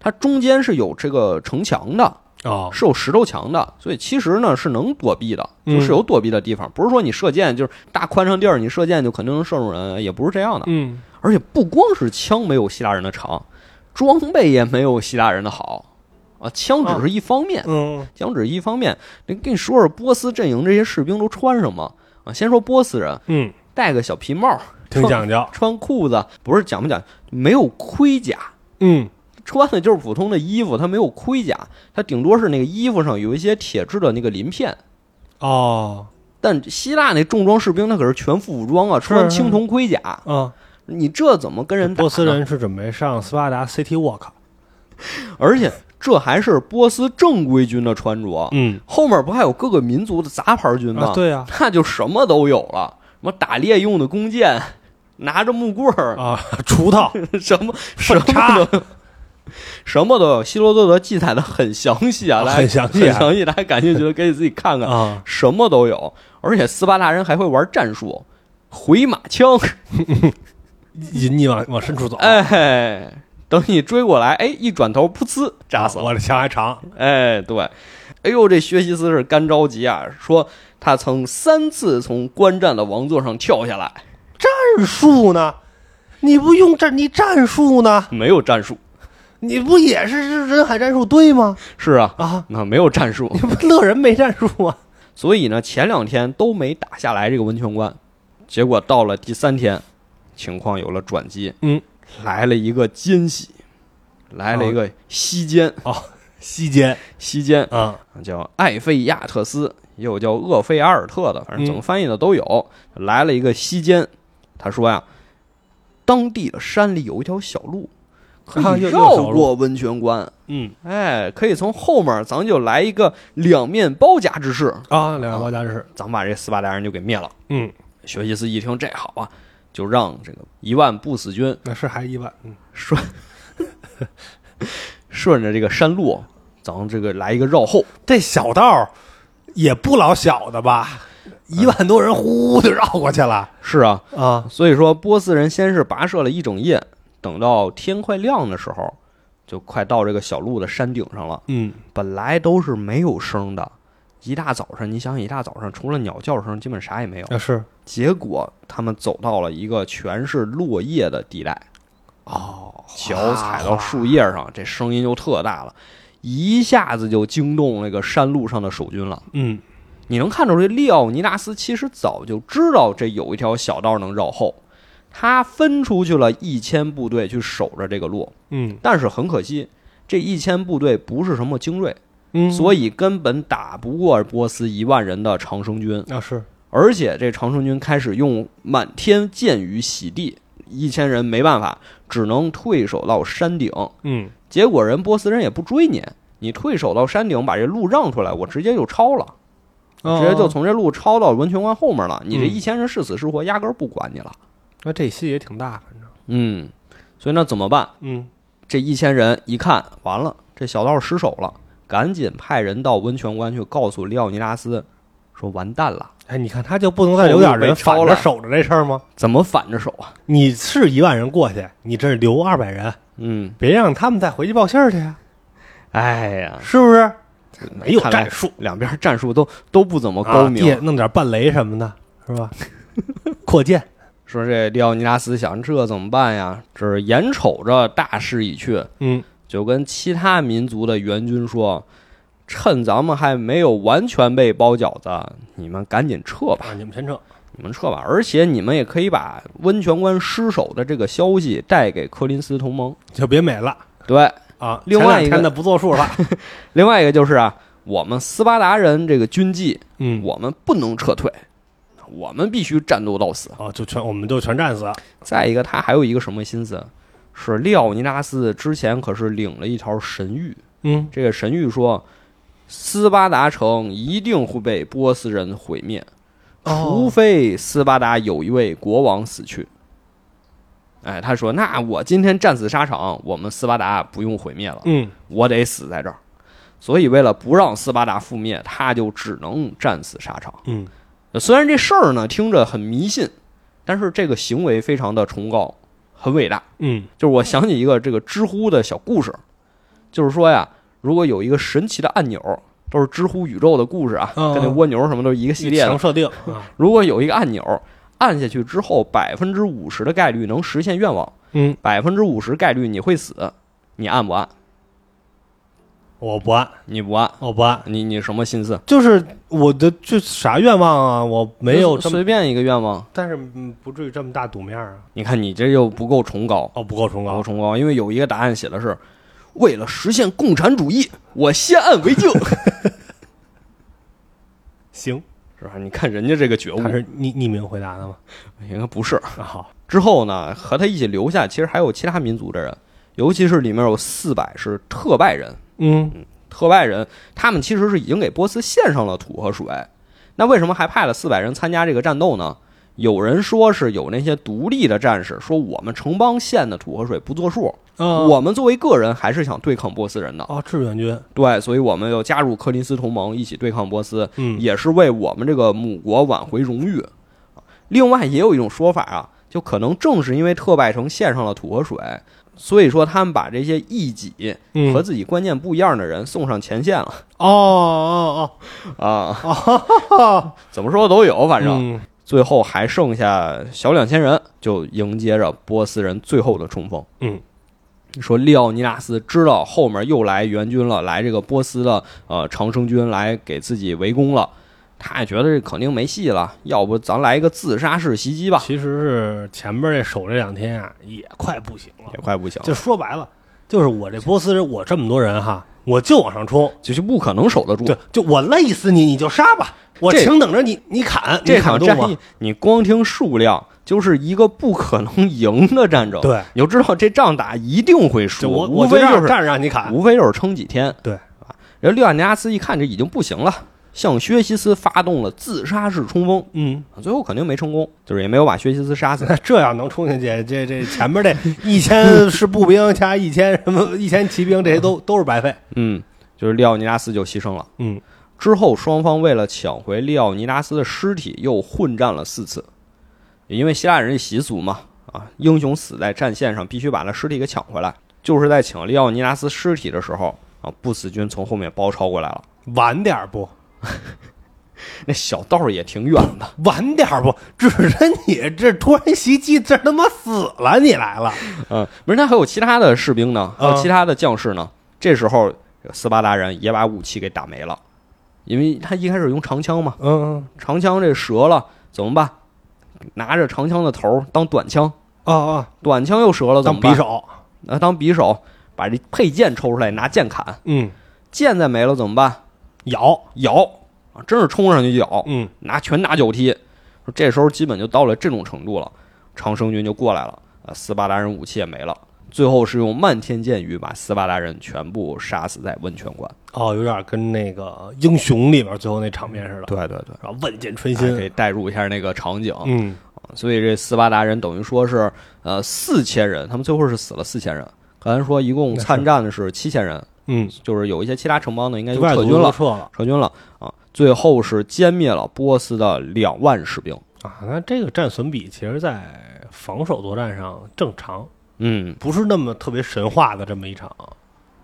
它中间是有这个城墙的，哦，是有石头墙的，所以其实呢是能躲避的，嗯就是有躲避的地方，不是说你射箭就是大宽敞地儿你射箭就肯定能射中人，也不是这样的。嗯，而且不光是枪没有希腊人的长，装备也没有希腊人的好啊，枪哦只是一方面，嗯枪只是一方面。你跟你说说波斯阵营这些士兵都穿什么啊？先说波斯人，嗯，戴个小皮帽，挺讲究，穿裤子不是讲不讲，没有盔甲。嗯穿的就是普通的衣服，它没有盔甲，它顶多是那个衣服上有一些铁质的那个鳞片。哦但希腊那重装士兵，他可是全副武装啊，穿青铜盔甲，啊，你这怎么跟人打呢？波斯人是准备上斯巴达 City Walk，而且这还是波斯正规军的穿着，嗯后面不还有各个民族的杂牌军吗？啊，对呀那就什么都有了，什么打猎用的弓箭，拿着木棍儿，啊，锄 <laughs> 头什么什么分叉都有，什么都有。希罗多德记载的很详细啊，啊大家很详细很啊详细，大家感兴趣的可以自己看看，啊，什么都有。而且斯巴达人还会玩战术，回马枪，哦引你往往深处走，哎，等你追过来，哎，一转头，噗呲，扎死了。我这枪还长，哎，对，哎呦，这薛西斯是干着急啊，说他曾三次从观战的王座上跳下来，战术呢？你不用战，你战术呢？没有战术。你不也是人海战术队吗？是啊，啊，那没有战术你，不乐人没战术啊吗？所以呢，前两天都没打下来这个温泉关，结果到了第三天，情况有了转机，嗯，来了一个奸细，来了一个西奸，啊西奸西奸啊，叫艾费亚特斯，又叫厄费阿尔特的，嗯反正怎么翻译的都有。来了一个西间，他说呀，当地的山里有一条小路，可啊以又又绕有小路过温泉关。嗯哎，可以从后面，咱们就来一个两面包夹之势，啊，两个国家是，咱们把这斯巴达人就给灭了。嗯，学习斯一听这好啊，就让这个一万不死军那是还一万，嗯顺顺着这个山路，咱们这个来一个绕后。这小道儿也不老小的吧？一万多人呼就绕过去了是啊，啊，所以说，波斯人先是跋涉了一整夜，等到天快亮的时候，就快到这个小路的山顶上了。嗯，本来都是没有声的，一大早上，你想想，一大早上除了鸟叫声，基本啥也没有。那啊是结果他们走到了一个全是落叶的地带，哦，脚踩到树叶上，这声音就特大了。一下子就惊动那个山路上的守军了。嗯你能看出这利奥尼达斯其实早就知道这有一条小道能绕后，他分出去了一千部队去守着这个路，嗯但是很可惜，这一千部队不是什么精锐，嗯，所以根本打不过波斯一万人的长生军。啊是，而且这长生军开始用满天箭雨洗地，一千人没办法，只能退守到山顶。嗯结果人波斯人也不追你，你退守到山顶，把这路让出来，我直接就抄了。直接就哦从这路抄到温泉关后面了。你这嗯一千人是死是活，压根儿不管你了。那这戏也挺大，反正嗯，所以那怎么办？嗯这一千人一看，完了，这小道失手了，赶紧派人到温泉关去告诉利奥尼达斯，说完蛋了，哎你看他就不能再留点人反着守着这事儿吗？怎么反着手啊？你是一万人过去，你这儿留二百人，嗯，别让他们再回去报信儿去啊呀，哎呀，是不是？啊没有看来战术，两边战术都都不怎么啊高明。地弄点半雷什么的，是吧？ <laughs> 扩建，说这利奥尼达斯想，这怎么办呀？只是眼瞅着大势已去，嗯就跟其他民族的援军说：“趁咱们还没有完全被包饺子，你们赶紧撤吧，啊，你们先撤，你们撤吧。而且你们也可以把温泉关失守的这个消息带给柯林斯同盟。就别美了对，啊。另外一个前两天的不作数了，另外一个就是啊，我们斯巴达人这个军纪，嗯，我们不能撤退，我们必须战斗到死。哦，就全我们就全战死，再一个，他还有一个什么心思？是利奥尼达斯之前可是领了一条神谕，嗯这个神谕说，斯巴达城一定会被波斯人毁灭，除哦非斯巴达有一位国王死去。哎，他说：“那我今天战死沙场，我们斯巴达不用毁灭了，嗯我得死在这儿。”所以，为了不让斯巴达覆灭，他就只能战死沙场。嗯，虽然这事儿呢听着很迷信，但是这个行为非常的崇高，很伟大。嗯就是我想起一个这个知乎的小故事，就是说呀，如果有一个神奇的按钮，都是知乎宇宙的故事啊，嗯跟那蜗牛什么都是一个系列强的。设定啊，如果有一个按钮，按下去之后，百分之五十的概率能实现愿望，嗯，百分之五十概率你会死，你按不按？我不按，你不按，我不按，你你什么心思？就是我的就啥愿望啊，我没有这么，随便一个愿望，但是嗯不至于这么大赌面啊，你看你这又不够崇高，哦，不够崇不够高，崇高，因为有一个答案写的是，为了实现共产主义，我先按为 <laughs> 敬，行，是吧？你看人家这个觉悟他，是匿匿名回答的吗？应该不是。啊好，之后呢，和他一起留下，其实还有其他民族的人，尤其是里面有四百是特拜人。嗯特拜人他们其实是已经给波斯献上了土和水，那为什么还派了四百人参加这个战斗呢？有人说是有那些独立的战士说我们城邦献的土和水不作数，啊，我们作为个人还是想对抗波斯人的，哦，志愿军，对，所以我们又加入柯林斯同盟一起对抗波斯，嗯也是为我们这个母国挽回荣誉。啊另外，也有一种说法啊，就可能正是因为特拜城献上了土和水，所以说他们把这些异己嗯和自己观念不一样的人送上前线 <laughs> 了哦哦啊。哦，嗯怎么说都有，反正正最后还剩下小两千人，就迎接着波斯人最后的冲锋。嗯。说利奥尼达斯知道后面又来援军了，来这个波斯的呃长生军来给自己围攻了，他也觉得这肯定没戏了，要不咱来一个自杀式袭击吧，其实是前面这守这两天啊，也快不行了也，快不行了，就说白了，就是我这波斯人，我这么多人哈，我就往上冲，就是不可能守得住。对，就我累死你，你就杀吧，我这请等着你，你砍，这你砍场不动战我役，你光听数量就是一个不可能赢的战争。对，你就知道这仗打一定会输，就我无我非这就样是站着让你砍，无非就是撑几天。对啊，人利奥尼达斯一看这已经不行了，向薛西斯发动了自杀式冲锋，嗯，啊最后肯定没成功，就是也没有把薛西斯杀 <laughs> 死。那这要能冲进去，这这前面这一千是步兵加一千什么一千骑兵，这些 <laughs> 都都是白费。嗯，就是利奥尼达斯就牺牲了。嗯，之后双方为了抢回利奥尼达斯的尸体，又混战了四次，因为希腊人的习俗嘛，啊，英雄死在战线上，必须把他尸体给抢回来。就是在抢利奥尼达斯尸体的时候啊，不死军从后面包抄过来了，晚点儿不，那小道儿也挺远的。晚点儿不，指着你这突然袭击，这他妈死了，你来了，嗯，不是，他还有其他的士兵呢，还有啊其他的将士呢。这时候，这个斯巴达人也把武器给打没了，因为他一开始用长枪嘛，嗯，长枪这折了怎么办？拿着长枪的头儿当短枪，哦哦，短枪又折了怎当么办？匕首，拿当匕首，把这配剑抽出来拿剑砍，嗯，剑再没了怎么办？咬，咬啊，真是冲上去就咬，嗯拿拳打脚踢。说这时候基本就到了这种程度了，长生军就过来了，啊，斯巴达人武器也没了，最后是用漫天箭雨把斯巴达人全部杀死在温泉关。哦，有点跟那个英雄里边最后那场面似的，对对对，然后万箭穿大家可心，以代入一下那个场景。嗯，所以这斯巴达人等于说是呃四千人，他们最后是死了四千人。刚才说一共那是参战的是七千人，嗯，就是有一些其他城邦的应该就外撤族军了都，撤了撤军了啊。最后是歼灭了波斯的两万士兵。啊。那这个战损比，其实在防守作战上正常，嗯，不是那么特别神话的这么一场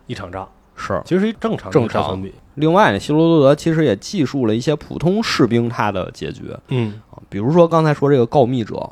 一场仗，是。其实是一正常的正战常损比，另外呢，希罗多德其实也记述了一些普通士兵他的结局嗯啊，比如说刚才说这个告密者，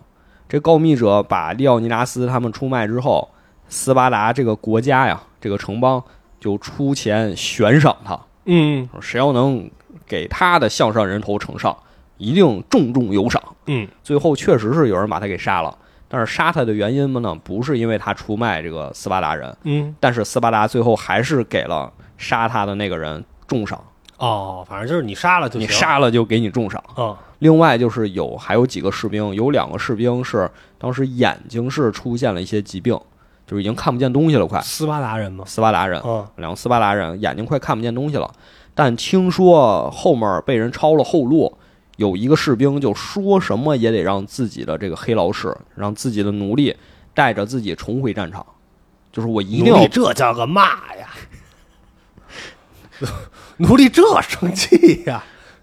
这告密者把利奥尼达斯他们出卖之后，斯巴达这个国家呀，这个城邦就出钱悬赏他，嗯说谁要能给他的项上人头呈上，一定重重有赏。嗯，最后确实是有人把他给杀了，但是杀他的原因嘛呢，不是因为他出卖这个斯巴达人，嗯，但是斯巴达最后还是给了杀他的那个人重赏。哦，反正就是你杀了就你行，杀了就给你重赏。啊，另外就是有还有几个士兵，有两个士兵是当时眼睛是出现了一些疾病，就是已经看不见东西了，快斯巴达人嘛，斯巴达人，啊，两个斯巴达人眼睛快看不见东西了。但听说后面被人抄了后路，有一个士兵就说什么也得让自己的这个黑劳士，让自己的奴隶带着自己重回战场，就是我一定奴要隶这叫个嘛呀？ <laughs> 奴隶这生气呀？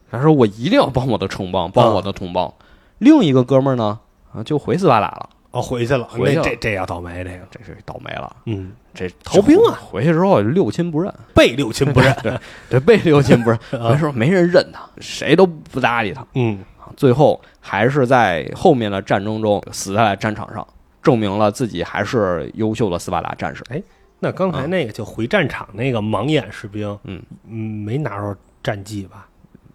他说我一定要帮我的城邦，嗯帮我的同胞。另一个哥们儿呢，啊，就回斯巴达了。哦，回去了，回去那了这这要倒霉，这个，这是倒霉了，嗯，这逃兵啊！回去之后六亲不认，被六亲 <laughs> 不认，对对，被六亲 <laughs> 不认，那时候没人认他，谁都不搭理他。嗯，最后还是在后面的战争中死在了战场上，证明了自己还是优秀的斯巴达战士。那刚才那个就回战场那个盲眼士兵，嗯没拿着战绩吧？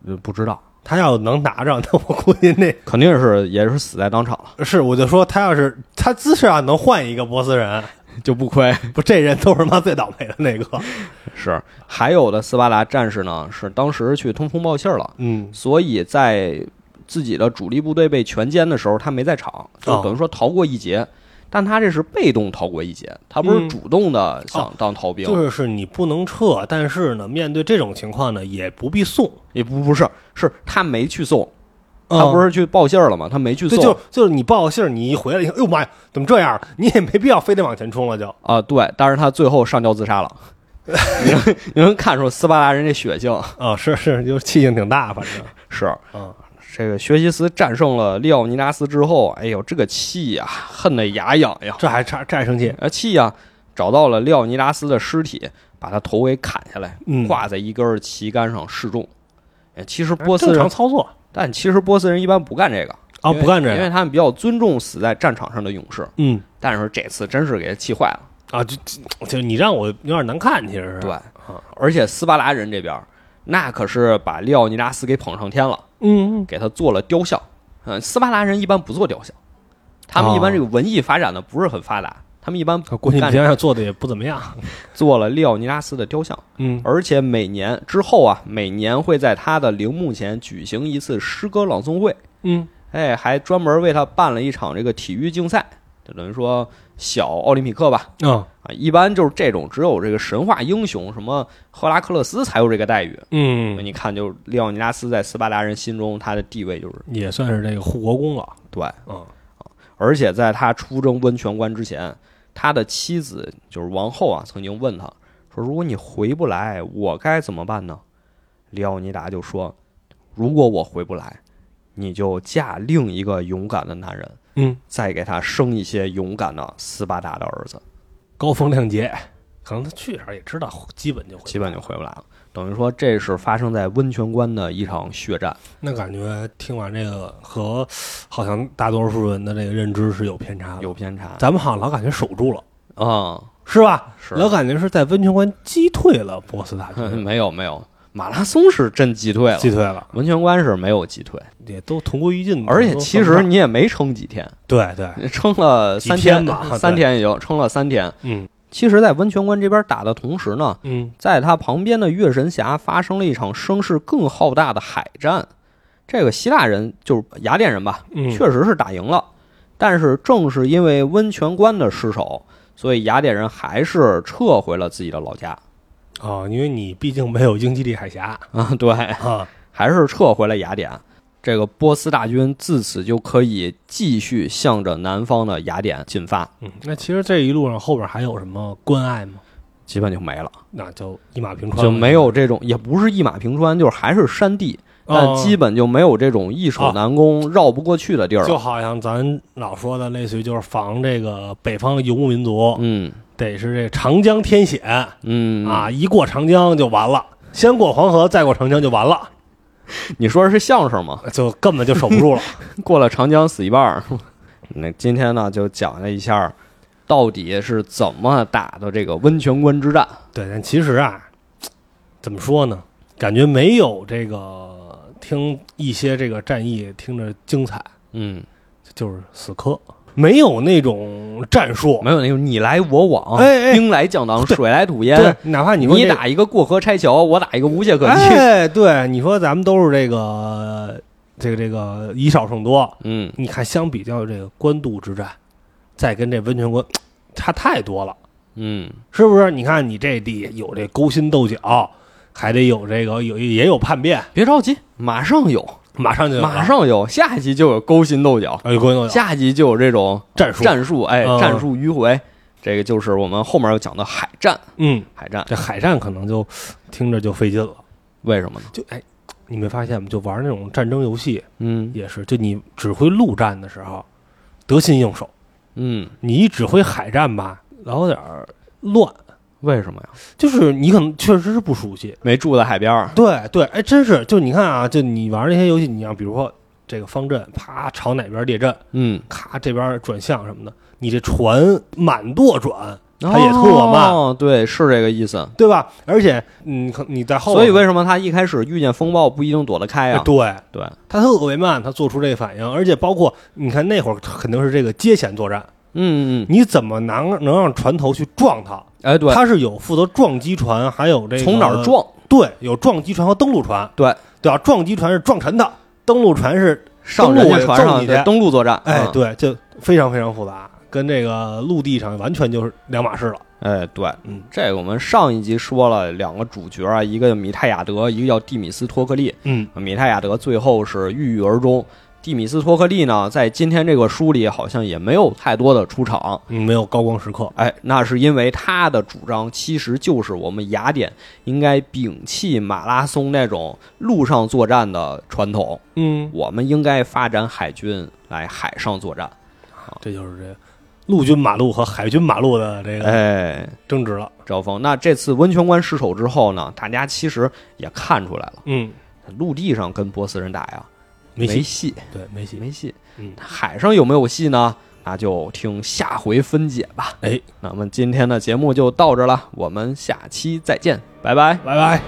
呃不知道，他要能拿着，那我估计那 <laughs> 肯定是也是死在当场了，是我就说他要是他姿势啊能换一个波斯人， <laughs> 就不亏。不这人都是妈最倒霉的那个。是，还有的斯巴达战士呢，是当时去通风报信儿了，嗯所以在自己的主力部队被全歼的时候，他没在场，就等于说逃过一劫。但他这是被动逃过一劫，他不是嗯主动的想当逃兵，就是是你不能撤，但是呢，面对这种情况呢，也不必送。也不不是，是他没去送，啊他不是去报信儿了吗？他没去对，送，就就是你报信儿，你一回来以后，哎呦妈呀，怎么这样了？你也没必要非得往前冲了就，啊、对，但是他最后上吊自 <laughs> 杀了。你能你能看出斯巴达人这血性啊，是是，就是气性挺大，反正，是 <laughs> 嗯，这个学习斯战胜了利奥尼达斯之后，哎呦，这个气呀、恨得牙痒痒，这还差这还生气，啊气呀、找到了利奥尼达斯的尸体，把他头给砍下来，嗯，挂在一根旗杆上示众。哎其实哎波斯正常人，操作但其实波斯人一般不干这个啊，因为不干这因为个，他们比较尊重死在战场上的勇士。嗯但是这次真是给他气坏了。啊，就就就你让我有点难看，其实是，对，啊而且斯巴达人这边儿那可是把利奥尼达斯给捧上天了，嗯，给他做了雕像。嗯，斯巴达人一般不做雕像，他们一般哦这个文艺发展的不是很发达，他们一般估啊计你干想想做的也不怎么样，做了利奥尼达斯的雕像， <laughs> 嗯，而且每年之后啊，每年会在他的陵墓前举行一次诗歌朗诵会，嗯，哎，还专门为他办了一场这个体育竞赛，就等于说小奥林匹克吧。啊，啊，一般就是这种，只有这个神话英雄，什么赫拉克勒斯才有这个待遇。所以嗯，你看，就是利奥尼达斯在斯巴达人心中他的地位就是也算是这个护国公了，对，嗯，而且在他出征温泉关之前，他的妻子就是王后啊，曾经问他说：“如果你回不来，我该怎么办呢？”利奥尼达就说：“如果我回不来，你就嫁另一个勇敢的男人，嗯，再给他生一些勇敢的斯巴达的儿子。”高风亮节，可能他去哪儿也知道，基本就会，基本就回不来了。等于说，这是发生在温泉关的一场血战。那感觉听完这个和好像大多数人的这个认知是有偏差的，有偏差咱们好像老感觉守住了，啊、是吧？是老感觉是在温泉关击退了波 <laughs> 斯大军，没有没有，马拉松是真击退了，击退了，温泉关是没有击退，也都同归于尽。而且都其算实不上你也没撑几天，对对，撑了三哎呃几天吧对三天也就撑了三天。嗯其实，在温泉关这边打的同时呢，嗯，在它旁边的月神峡发生了一场声势更浩大的海战。这个希腊人就是雅典人吧，嗯确实是打赢了，但是正是因为温泉关的失守，所以雅典人还是撤回了自己的老家哦，因为你毕竟没有英吉利海峡啊，对，啊，还是撤回了雅典。这个波斯大军自此就可以继续向着南方的雅典进发，嗯，那其实这一路上后边还有什么关隘吗？基本就没了，那就一马平川，就没有这种，也不是一马平川，就是还是山地，但哦基本就没有这种易守难攻、绕不过去的地儿就了。好像咱老说的，类似于就是防这个北方游牧民族，嗯得是这长江天险嗯，啊，一过长江就完了，先过黄河，再过长江就完了，你说的是相声吗？ <laughs> 就根本就守不住了。过了长江死一半儿。 <laughs> 那今天呢，就讲了一下到底是怎么打的这个温泉关之战。对，但其实啊，怎么说呢？感觉没有这个听一些这个战役听着精彩，嗯，就是死磕，没有那种战术。没有那种你来我往，哎哎兵来将挡，水来土对掩。，哪怕你说你这打一个过河拆桥，我打一个无懈可击。哎，对，你说咱们都是这个这个这个以少胜多，嗯，你看相比较这个官渡之战，再跟这温泉关差太多了，嗯，是不是？你看你这地有这勾心斗角，还得有这个有也有叛变，别着急，马上有，马上就有了马上有，下一集就有勾心斗角，哎，勾心斗角下一集就有这种战术，战术，哎，嗯战术迂回，这个就是我们后面要讲的海战。嗯，海战这海战可能就听着就费劲了，为什么呢？就哎。你没发现吗？就玩那种战争游戏嗯也是，就你指挥陆战的时候得心应手，嗯，你一指挥海战吧，老有点儿乱，为什么呀？就是你可能确实是不熟悉。没住在海边儿，对对，哎，真是，就你看啊，就你玩那些游戏，你像比如说这个方阵，啪朝哪边列阵，嗯，咔这边转向什么的，你这船满舵转，它他也特慢，哦，对，是这个意思。对吧？而且你可你在后头，所以为什么他一开始遇见风暴不一定躲得开哎呀？对对，它特别慢，它做出这个反应，而且包括你看那会儿肯定是这个接舷作战，嗯嗯，嗯你怎么能能让船头去撞它？哎对，它是有负责撞击船，还有这个从哪儿撞？对，有撞击船和登陆船。对，对吧？撞击船是撞沉它，登陆船是，上人登陆家我就船揍上你对去登陆作战，哎，嗯，对，就非常非常复杂，跟这个陆地上完全就是两码事了。哎对嗯，这个我们上一集说了两个主角啊，一个叫米泰亚德，一个叫蒂米斯托克利。嗯，米泰亚德最后是郁郁而终。蒂米斯托克利呢，在今天这个书里好像也没有太多的出场。嗯，没有高光时刻。哎，那是因为他的主张其实就是我们雅典应该摒弃马拉松那种陆上作战的传统，嗯，我们应该发展海军来海上作战。这就是这陆军马路和海军马路的这个哎，争执了。赵峰，那这次温泉关失守之后呢，大家其实也看出来了，嗯，陆地上跟波斯人打呀没没戏，戏，对，没戏。没戏。嗯海上有没有戏呢？那就听下回分解吧。哎，那我们今天的节目就到这儿了，我们下期再见，拜拜。拜拜。